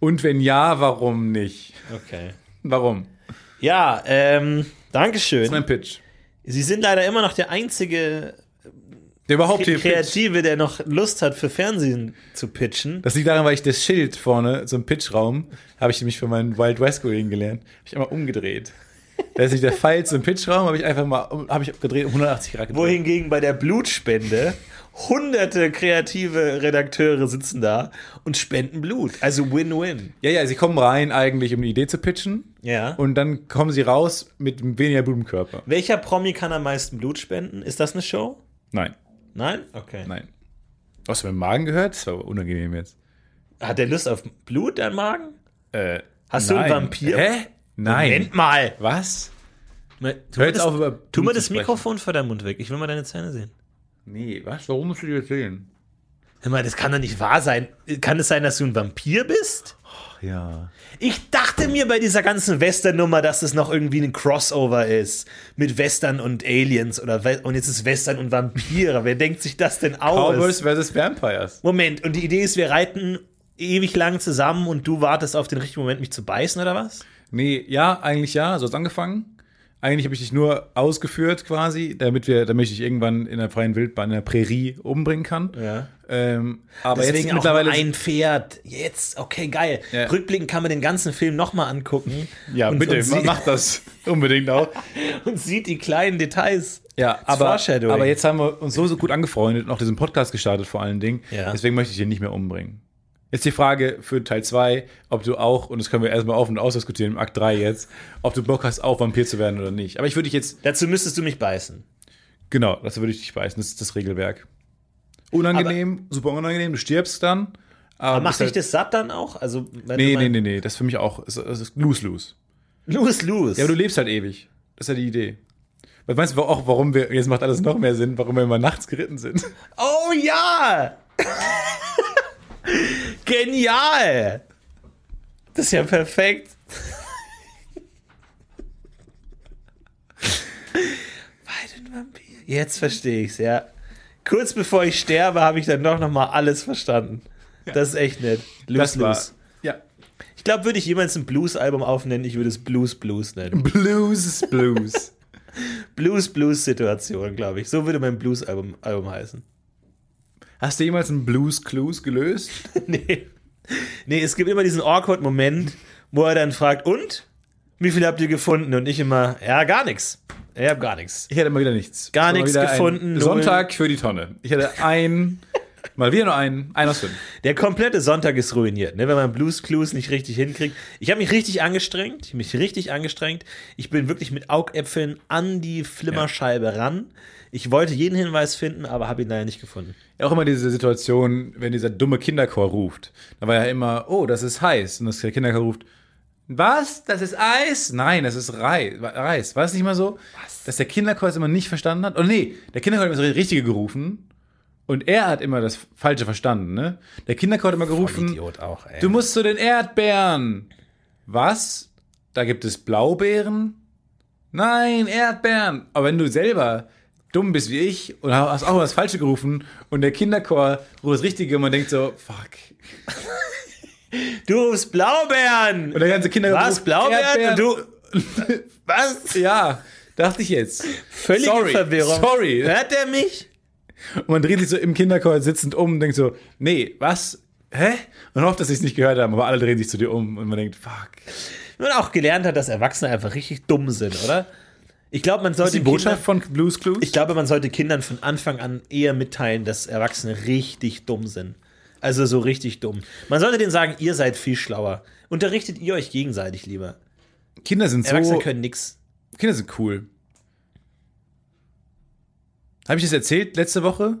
S2: Und wenn ja, warum nicht?
S1: okay.
S2: Warum?
S1: Ja, ähm,
S2: Das ist
S1: Dankeschön.
S2: mein Pitch.
S1: Sie sind leider immer noch der einzige
S2: Der überhaupt hier pitcht.
S1: Kreative, der noch Lust hat, für Fernsehen zu pitchen.
S2: Das liegt daran, weil ich das Schild vorne, so ein Pitchraum, habe ich nämlich für meinen Wild West Kollegen gelernt, habe ich einmal umgedreht. Da ist nicht der Pfeil zum Pitchraum, habe ich einfach mal um- habe ich gedreht, um 180 Grad gedreht.
S1: Wohingegen bei der Blutspende hunderte kreative Redakteure sitzen da und spenden Blut. Also Win-Win.
S2: Ja, ja, sie kommen rein eigentlich, um die Idee zu pitchen
S1: Ja.
S2: und dann kommen sie raus mit weniger Blumenkörper.
S1: Welcher Promi kann am meisten Blut spenden? Ist das eine Show?
S2: Nein,
S1: Nein? Okay.
S2: nein. Hast du meinen Magen gehört? Das war aber unangenehm jetzt.
S1: Hat der Lust auf Blut, dein Magen?
S2: Äh,
S1: Hast du einen
S2: nein.
S1: Vampir?
S2: Hä? Nein.
S1: Moment mal.
S2: Was?
S1: Tu
S2: Hör
S1: mir
S2: jetzt
S1: das,
S2: auf, über
S1: tu
S2: Blut
S1: mir
S2: zu
S1: das
S2: sprechen.
S1: Mikrofon vor deinem Mund weg. Ich will mal deine Zähne sehen.
S2: Nee, was? Warum musst du dir erzählen?
S1: Hör mal, das kann doch nicht wahr sein. Kann es sein, dass du ein Vampir bist?
S2: Ach ja.
S1: Ich dachte mir bei dieser ganzen Western-Nummer, dass es noch irgendwie ein Crossover ist mit Western und Aliens oder We und jetzt ist Western und Vampire. Wer denkt sich das denn aus?
S2: Cowboys vs. Vampires.
S1: Moment, und die Idee ist, wir reiten ewig lang zusammen und du wartest auf den richtigen Moment, mich zu beißen oder was?
S2: Nee, ja, eigentlich ja, so hat's angefangen. Eigentlich habe ich dich nur ausgeführt quasi, damit wir, damit ich dich irgendwann in der freien Wildbahn, in der Prärie umbringen kann.
S1: Ja.
S2: Ähm, aber
S1: Deswegen
S2: jetzt
S1: auch nur
S2: mittlerweile.
S1: ein Pferd. Jetzt, okay, geil.
S2: Ja.
S1: Rückblickend kann man den ganzen Film nochmal angucken.
S2: ja,
S1: und,
S2: bitte,
S1: und,
S2: ma-
S1: sie,
S2: mach das unbedingt auch.
S1: und sieht die kleinen Details.
S2: Ja,
S1: Das
S2: aber,
S1: Foreshadowing.
S2: aber jetzt haben wir uns so, so gut angefreundet und auch diesen Podcast gestartet vor allen Dingen.
S1: Ja.
S2: Deswegen möchte ich dich nicht mehr umbringen. Jetzt die Frage für Teil 2, ob du auch, und das können wir erstmal auf und ausdiskutieren im Akt 3 jetzt, ob du Bock hast, auch Vampir zu werden oder nicht. Aber ich würde dich jetzt
S1: Dazu müsstest du mich beißen.
S2: Genau, das würde ich dich beißen. Das ist das Regelwerk. Unangenehm, super unangenehm, du stirbst dann. Aber
S1: Aber macht
S2: bist
S1: dich
S2: halt-
S1: das satt dann auch? Also, wenn
S2: Nee,
S1: du
S2: nee,
S1: mein-
S2: nee, nee, das ist für mich auch. Es es ist lose-lose.
S1: Los, los.
S2: Ja, aber du lebst halt ewig. Das ist ja die Idee. Weil meinst du auch, warum wir, jetzt macht alles noch mehr Sinn, warum wir immer nachts geritten sind?
S1: oh ja! Genial! Das ist ja perfekt. Weiden Vampir. Jetzt verstehe ich's, ja. Kurz bevor ich sterbe, habe ich dann doch nochmal alles verstanden. Das ist echt nett. Blues,
S2: das war.
S1: Blues.
S2: Ja.
S1: Ich glaube, würde ich jemals ein Blues-Album aufnennen, ich würde es Blues, Blues nennen.
S2: Blues ist Blues.
S1: Blues, Blues-Situation, glaube ich. So würde mein Blues-Album Album heißen.
S2: Hast du jemals einen Blues Clues gelöst?
S1: Nee. Nee, es gibt immer diesen awkward Moment, wo er dann fragt, und? Wie viel habt ihr gefunden? Und ich immer, ja, gar nichts. Ich hab gar nichts.
S2: Ich hätte mal wieder nichts.
S1: Gar
S2: Mal
S1: nichts
S2: wieder
S1: gefunden,
S2: Einen
S1: null.
S2: Sonntag für die Tonne. Ich hätte ein, mal wieder nur einen, ein aus fünf.
S1: Der komplette Sonntag ist ruiniert, ne? wenn man Blues Clues nicht richtig hinkriegt. Ich habe mich richtig angestrengt, ich hab mich richtig angestrengt. Ich bin wirklich mit Augäpfeln an die Flimmerscheibe ran. Ich wollte jeden Hinweis finden, aber habe ihn leider nicht gefunden.
S2: Auch immer diese Situation, wenn dieser dumme Kinderchor ruft. Da war ja immer, oh, das ist heiß. Und das der Kinderchor ruft, was? Das ist Eis? Nein, das ist Rei- Reis. War es nicht mal so? Was? Dass der Kinderchor es immer nicht verstanden hat? Oh nee, der Kinderchor hat immer das Richtige gerufen. Und er hat immer das Falsche verstanden, ne? Der Kinderchor hat immer gerufen,
S1: Idiot auch, ey.
S2: Du musst zu den Erdbeeren. Was? Da gibt es Blaubeeren? Nein, Erdbeeren. Aber wenn du selber dumm bist wie ich und hast auch mal das Falsche gerufen und der Kinderchor ruft das Richtige und man denkt so, fuck.
S1: Du rufst Blaubeeren!
S2: Und der ganze Kinderchor
S1: Was?
S2: ruft,
S1: Blaubeeren? Und
S2: Erdbeeren.
S1: du. Was?
S2: Ja, dachte ich jetzt.
S1: Völlige
S2: sorry,
S1: Verwirrung.
S2: Sorry.
S1: Hört der mich?
S2: Und man dreht sich so im Kinderchor sitzend um und denkt so, nee, was? Hä? Man hofft, dass sie es nicht gehört haben, aber alle drehen sich zu dir um und man denkt, fuck.
S1: Nun auch gelernt hat, dass Erwachsene einfach richtig dumm sind, oder? Ich glaube, man sollte
S2: Die Botschaft von Blues Clues?
S1: Ich glaube, man sollte Kindern von Anfang an eher mitteilen, dass Erwachsene richtig dumm sind. Also so richtig dumm. Man sollte denen sagen, ihr seid viel schlauer. Unterrichtet ihr euch gegenseitig lieber.
S2: Kinder sind so.
S1: Erwachsene können nix.
S2: Kinder sind cool. Habe ich das erzählt letzte Woche?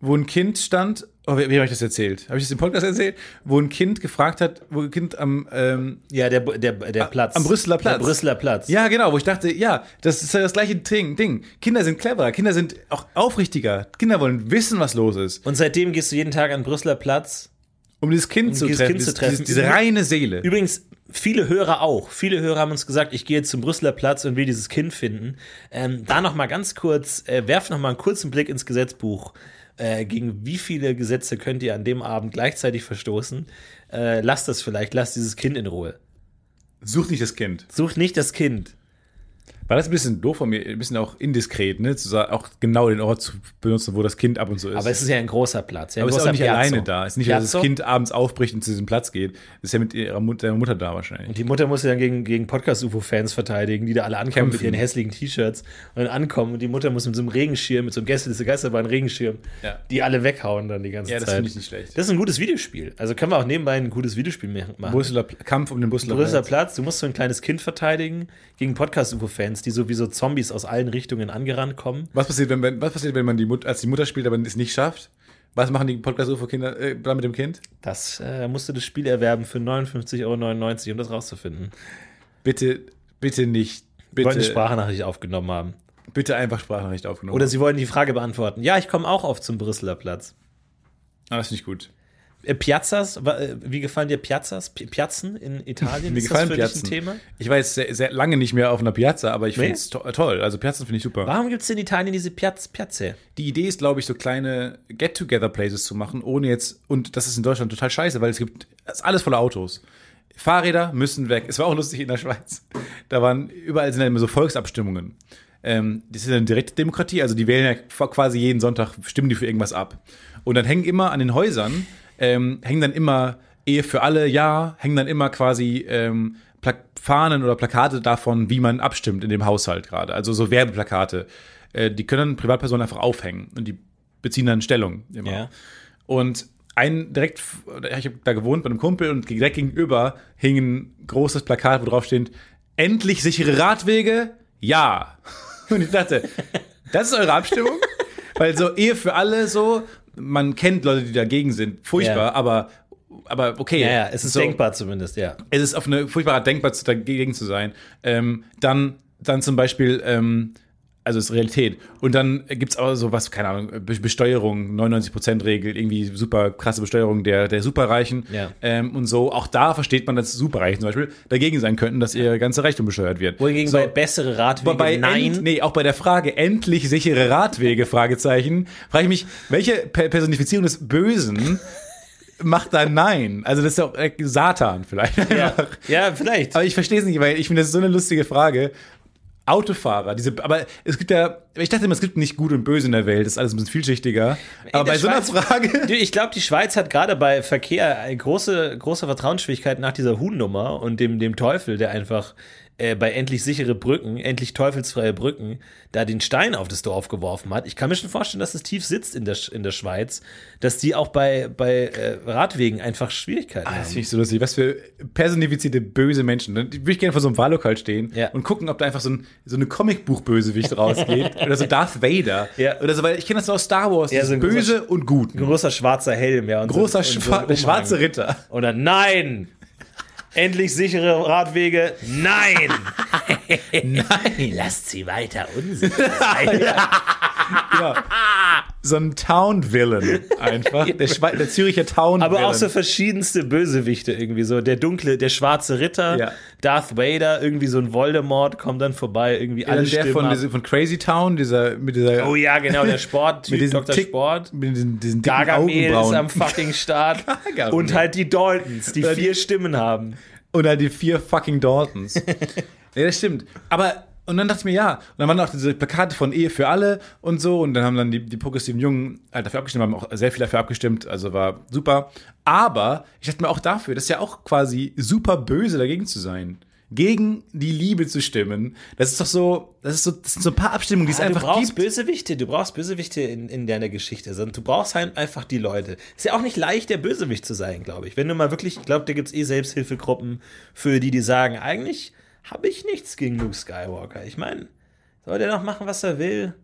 S2: Wo ein Kind stand. Oh, wie, wie habe ich das erzählt? Habe ich das im Podcast erzählt? Wo ein Kind gefragt hat, wo ein Kind am. Ähm,
S1: Ja, der, der, der Platz.
S2: am Brüsseler Platz.
S1: Der Brüsseler Platz.
S2: ja, genau, wo ich dachte, ja, das ist ja das gleiche Ding. Ding. Kinder sind cleverer, Kinder sind auch aufrichtiger. Kinder wollen wissen, was los ist.
S1: Und seitdem gehst du jeden Tag an den Brüsseler Platz.
S2: Um dieses Kind, zu,
S1: dieses
S2: treffen,
S1: Kind zu
S2: dieses-
S1: treffen. Mhm.
S2: Diese, diese reine Seele.
S1: Übrigens, viele Hörer auch. Viele Hörer haben uns gesagt, ich gehe jetzt zum Brüsseler Platz und will dieses Kind finden. Ähm, da noch mal ganz kurz, äh, werft noch mal einen kurzen Blick ins Gesetzbuch. Äh, gegen wie viele Gesetze könnt ihr an dem Abend gleichzeitig verstoßen? Äh, lasst das vielleicht, lasst dieses Kind in Ruhe.
S2: Such nicht das Kind.
S1: Sucht nicht das Kind.
S2: War das ein bisschen doof von mir, ein bisschen auch indiskret, ne? Zu sagen, auch genau den Ort zu benutzen, wo das Kind ab und zu ist.
S1: Aber es ist ja ein großer Platz. Ja, ein
S2: Aber es ist
S1: großer
S2: auch nicht
S1: Piazzo.
S2: alleine da. Es ist nicht, dass das
S1: Piazzo.
S2: Kind abends aufbricht und zu diesem Platz geht. Es ist ja mit ihrer Mut seiner Mutter da wahrscheinlich.
S1: Und die Mutter muss ja dann gegen, gegen Podcast-UFO-Fans verteidigen, die da alle ankommen mit
S2: Kämpfen.
S1: ihren hässlichen T-Shirts und dann ankommen und die Mutter muss mit so einem Regenschirm, mit so einem Gäste des Geisterbahn Regenschirm,
S2: Ja.
S1: die alle weghauen dann die ganze
S2: Ja, das
S1: Zeit.
S2: finde ich nicht schlecht.
S1: Das ist ein gutes Videospiel. Also können wir auch nebenbei ein gutes Videospiel mehr- machen.
S2: Brüsseler Pl- Kampf um den Brüsseler
S1: Größer
S2: Platz.
S1: Platz, du musst so ein kleines Kind verteidigen gegen Podcast-UFO-Fans, die sowieso Zombies aus allen Richtungen angerannt kommen.
S2: Was passiert, wenn, wenn, was passiert, wenn man die Mut, als die Mutter spielt, aber es nicht schafft? Was machen die Podcast-UFO-Kinder äh, da mit dem Kind?
S1: Das äh, musst du das Spiel erwerben für 59,99 Euro, um das rauszufinden.
S2: Bitte, bitte nicht.
S1: Die wollten eine
S2: Bitte,
S1: Sprachnachricht aufgenommen haben.
S2: bitte einfach Sprachnachricht aufgenommen.
S1: Oder sie wollten die Frage beantworten. Ja, ich komme auch oft zum Brüsseler Platz.
S2: ah, das finde ich gut.
S1: Äh, Piazzas, wa- äh, wie gefallen dir Piazzas? Pi- Piazzen in Italien?
S2: Mir
S1: Ist
S2: gefallen
S1: das für
S2: Piazzen.
S1: dich ein Thema?
S2: Ich war jetzt sehr, sehr lange nicht mehr auf einer Piazza, aber ich
S1: Nee?
S2: finde es to toll. Also Piazzen finde ich super.
S1: Warum gibt es in Italien diese Piaz Piazze?
S2: Die Idee ist, glaube ich, so kleine Get-Together-Places zu machen, ohne jetzt, und das ist in Deutschland total scheiße, weil es gibt, es ist alles voller Autos. Fahrräder müssen weg. Es war auch lustig in der Schweiz. Da waren, überall sind dann immer so Volksabstimmungen. Ähm, das ist eine direkte Demokratie, also die wählen ja qu- quasi jeden Sonntag, stimmen die für irgendwas ab. Und dann hängen immer an den Häusern, ähm, hängen dann immer Ehe für alle, ja, hängen dann immer quasi ähm, Pla Fahnen oder Plakate davon, wie man abstimmt in dem Haushalt gerade. Also so Werbeplakate. Äh, die können dann Privatpersonen einfach aufhängen und die beziehen dann Stellung immer.
S1: Ja.
S2: Und ein direkt, ich habe da gewohnt bei einem Kumpel und direkt gegenüber hing ein großes Plakat, wo drauf steht, endlich sichere Radwege, ja. Und ich dachte, das ist eure Abstimmung? Weil so Ehe für alle so, man kennt Leute, die dagegen sind, furchtbar,
S1: Ja.
S2: aber, aber okay.
S1: Ja, ja, es ist
S2: so,
S1: denkbar zumindest, ja.
S2: Es ist auf eine furchtbare Art denkbar zu, dagegen zu sein. Ähm, dann, dann zum Beispiel, ähm, also ist Realität. Und dann gibt es auch so was, keine Ahnung, Be- Besteuerung, 99%-Regel, irgendwie super krasse Besteuerung der, der Superreichen
S1: Ja.
S2: ähm, und so. Auch da versteht man, dass Superreichen zum Beispiel dagegen sein könnten, dass ihr ganze Reichtum besteuert wird.
S1: Wohingegen
S2: So.
S1: bei bessere Radwege,
S2: Aber bei
S1: nein.
S2: End, nee, auch bei der Frage endlich sichere Radwege, Fragezeichen, frage ich mich, welche Per- Personifizierung des Bösen macht da Nein? Also das ist doch äh, Satan vielleicht.
S1: ja. ja, vielleicht.
S2: Aber ich verstehe es nicht, weil ich finde, das ist so eine lustige Frage. Autofahrer, diese, aber es gibt ja, ich dachte immer, es gibt nicht gut und böse in der Welt, das ist alles ein bisschen vielschichtiger. aber bei
S1: der
S2: so einer
S1: Schweiz-
S2: Frage.
S1: Du, Ich glaube, die Schweiz hat gerade bei Verkehr eine große, große Vertrauensschwierigkeit nach dieser Huhnnummer und dem, dem Teufel, der einfach äh, bei endlich sichere Brücken, endlich teufelsfreie Brücken, da den Stein auf das Dorf geworfen hat. Ich kann mir schon vorstellen, dass es tief sitzt in der, Sch- in der Schweiz, dass die auch bei, bei äh, Radwegen einfach Schwierigkeiten
S2: Das
S1: haben.
S2: finde ich so lustig. Was für personifizierte böse Menschen. Dann würde ich gerne vor so einem Wahllokal stehen
S1: Ja.
S2: und gucken, ob da einfach so, ein, so eine Comicbuch-Bösewicht rausgeht. Oder so Darth Vader.
S1: Ja.
S2: Oder so, weil ich kenne das so aus Star Wars.
S1: Ja,
S2: dieses
S1: so ein
S2: böse und gut.
S1: Ein großer schwarzer Helm, ja. Und
S2: Großer
S1: so, und
S2: Schwa-
S1: Umhang.
S2: schwarze Ritter.
S1: Oder nein! Endlich sichere Radwege. Nein! nein! Lasst sie weiter unsicher.
S2: So ein Town-Villain einfach. der, Schwe der Züricher Town-Villain.
S1: Aber auch so verschiedenste Bösewichte irgendwie so. Der dunkle, der schwarze Ritter,
S2: Ja.
S1: Darth Vader, irgendwie so ein Voldemort kommt dann vorbei, irgendwie
S2: Dann
S1: alle
S2: der
S1: Stimmen
S2: von,
S1: ab.
S2: diese, von Crazy Town, dieser, mit dieser.
S1: Oh ja, genau, der Sport,
S2: Mit diesem
S1: Dr.
S2: Tick-
S1: Sport.
S2: Mit diesen, diesen dicken
S1: Gargamel ist
S2: Augenbrauen.
S1: am fucking Start.
S2: Gargamel.
S1: Und halt die Daltons, die
S2: Oder die-
S1: vier Stimmen haben.
S2: Und halt die vier fucking Daltons. ja, das stimmt. Aber, und dann dachte ich mir, ja. Und dann waren auch diese Plakate von Ehe für alle und so. Und dann haben dann die, die progressiven Jungen halt dafür abgestimmt, haben auch sehr viel dafür abgestimmt. Also war super. Aber ich dachte mir auch dafür, das ist ja auch quasi super böse dagegen zu sein. Gegen die Liebe zu stimmen. Das ist doch so, das, ist so, das sind so ein paar Abstimmungen, die es
S1: Ja, du
S2: einfach
S1: brauchst
S2: gibt.
S1: Bösewichte, du brauchst Bösewichte in, in deiner Geschichte. sondern Du brauchst halt einfach die Leute. Ist ja auch nicht leicht, der Bösewicht zu sein, glaube ich. Wenn du mal wirklich, ich glaube, da gibt es eh Selbsthilfegruppen für die, die sagen, eigentlich habe ich nichts gegen Luke Skywalker. Ich meine, soll der noch machen, was er will?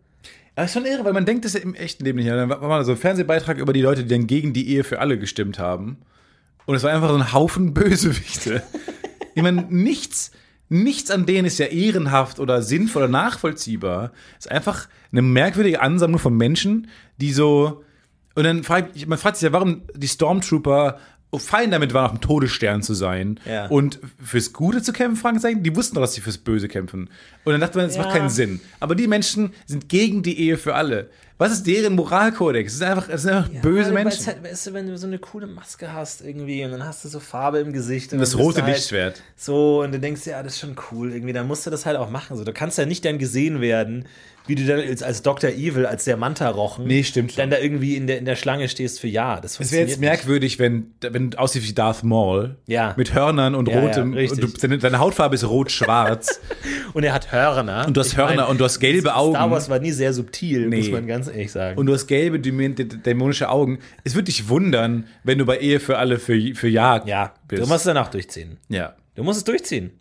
S2: Aber ist schon irre, weil man denkt das ja im echten Leben nicht. Ja, Dann war mal so ein Fernsehbeitrag über die Leute, die dann gegen die Ehe für alle gestimmt haben. Und es war einfach so ein Haufen Bösewichte. ich meine, nichts, nichts an denen ist ja ehrenhaft oder sinnvoll oder nachvollziehbar. Es ist einfach eine merkwürdige Ansammlung von Menschen, die so. Und dann frag ich, man fragt sich ja, warum die Stormtrooper fein damit waren, auf dem Todesstern zu sein
S1: Ja.
S2: und fürs Gute zu kämpfen, Fragezeichen. Die wussten doch, dass sie fürs Böse kämpfen. Und dann dachte man, es macht keinen Sinn. Aber die Menschen sind gegen die Ehe für alle. Was ist deren Moralkodex? Es sind einfach, es sind einfach böse
S1: Ja, weil
S2: Menschen.
S1: es Halt, weißt du, wenn du so eine coole Maske hast irgendwie und dann hast du so Farbe im Gesicht. Und
S2: das
S1: dann bist
S2: rote
S1: du halt
S2: Lichtschwert.
S1: So, und du denkst, ja, das ist schon cool irgendwie. Dann musst du das halt auch machen. So, du kannst ja nicht dann gesehen werden, wie du dann als, als Dr. Evil, als der Manta-Rochen,
S2: Nee, stimmt schon.
S1: dann da irgendwie in der, in der Schlange stehst für Ja. Das
S2: Es wäre
S1: funktioniert
S2: jetzt merkwürdig, wenn, wenn du aussiehst wie Darth Maul.
S1: Ja.
S2: Mit Hörnern und
S1: Ja, ja,
S2: rotem. und
S1: richtig.
S2: du, deine, deine Hautfarbe ist rot-schwarz.
S1: nicht. Und er hat Hörner. Und
S2: du hast Hörner und du hast gelbe
S1: Star
S2: Augen.
S1: Wars war nie sehr subtil,
S2: Nee.
S1: muss man ganz ehrlich sagen.
S2: und du hast gelbe, dämon- dä- dämonische Augen. Es würde dich wundern, wenn du bei Ehe für alle für, für Ja,
S1: ja,
S2: bist.
S1: du musst es danach durchziehen.
S2: ja.
S1: Du musst es durchziehen.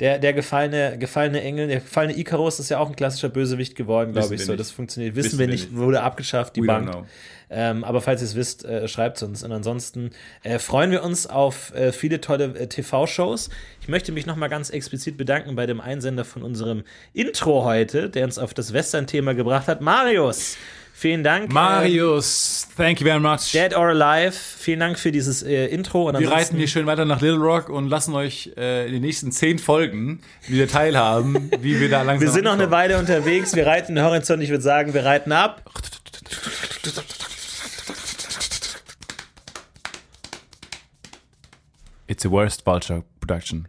S1: Der, der gefallene, gefallene Engel, der gefallene Icarus ist ja auch ein klassischer Bösewicht geworden,
S2: Wissen
S1: glaube ich.
S2: wir
S1: So,
S2: nicht.
S1: das funktioniert. Wissen, wir nicht, wurde abgeschafft, die
S2: We don't
S1: Bank.
S2: know.
S1: Ähm, aber falls ihr es wisst, äh, schreibt es uns. Und ansonsten äh, freuen wir uns auf äh, viele tolle äh, TV-Shows. Ich möchte mich nochmal ganz explizit bedanken bei dem Einsender von unserem Intro heute, der uns auf das Western-Thema gebracht hat. Marius, vielen Dank.
S2: Marius, thank you very much.
S1: Äh, Dead or Alive, vielen Dank für dieses äh, Intro. Und
S2: Wir
S1: ansonsten-
S2: reiten hier schön weiter nach Little Rock und lassen euch äh, in den nächsten zehn Folgen wieder teilhaben, wie wir da langsam.
S1: Wir sind noch eine
S2: ankommen.
S1: Weile unterwegs, wir reiten den Horizont, ich würde sagen, wir reiten ab.
S2: It's the worst vulture production.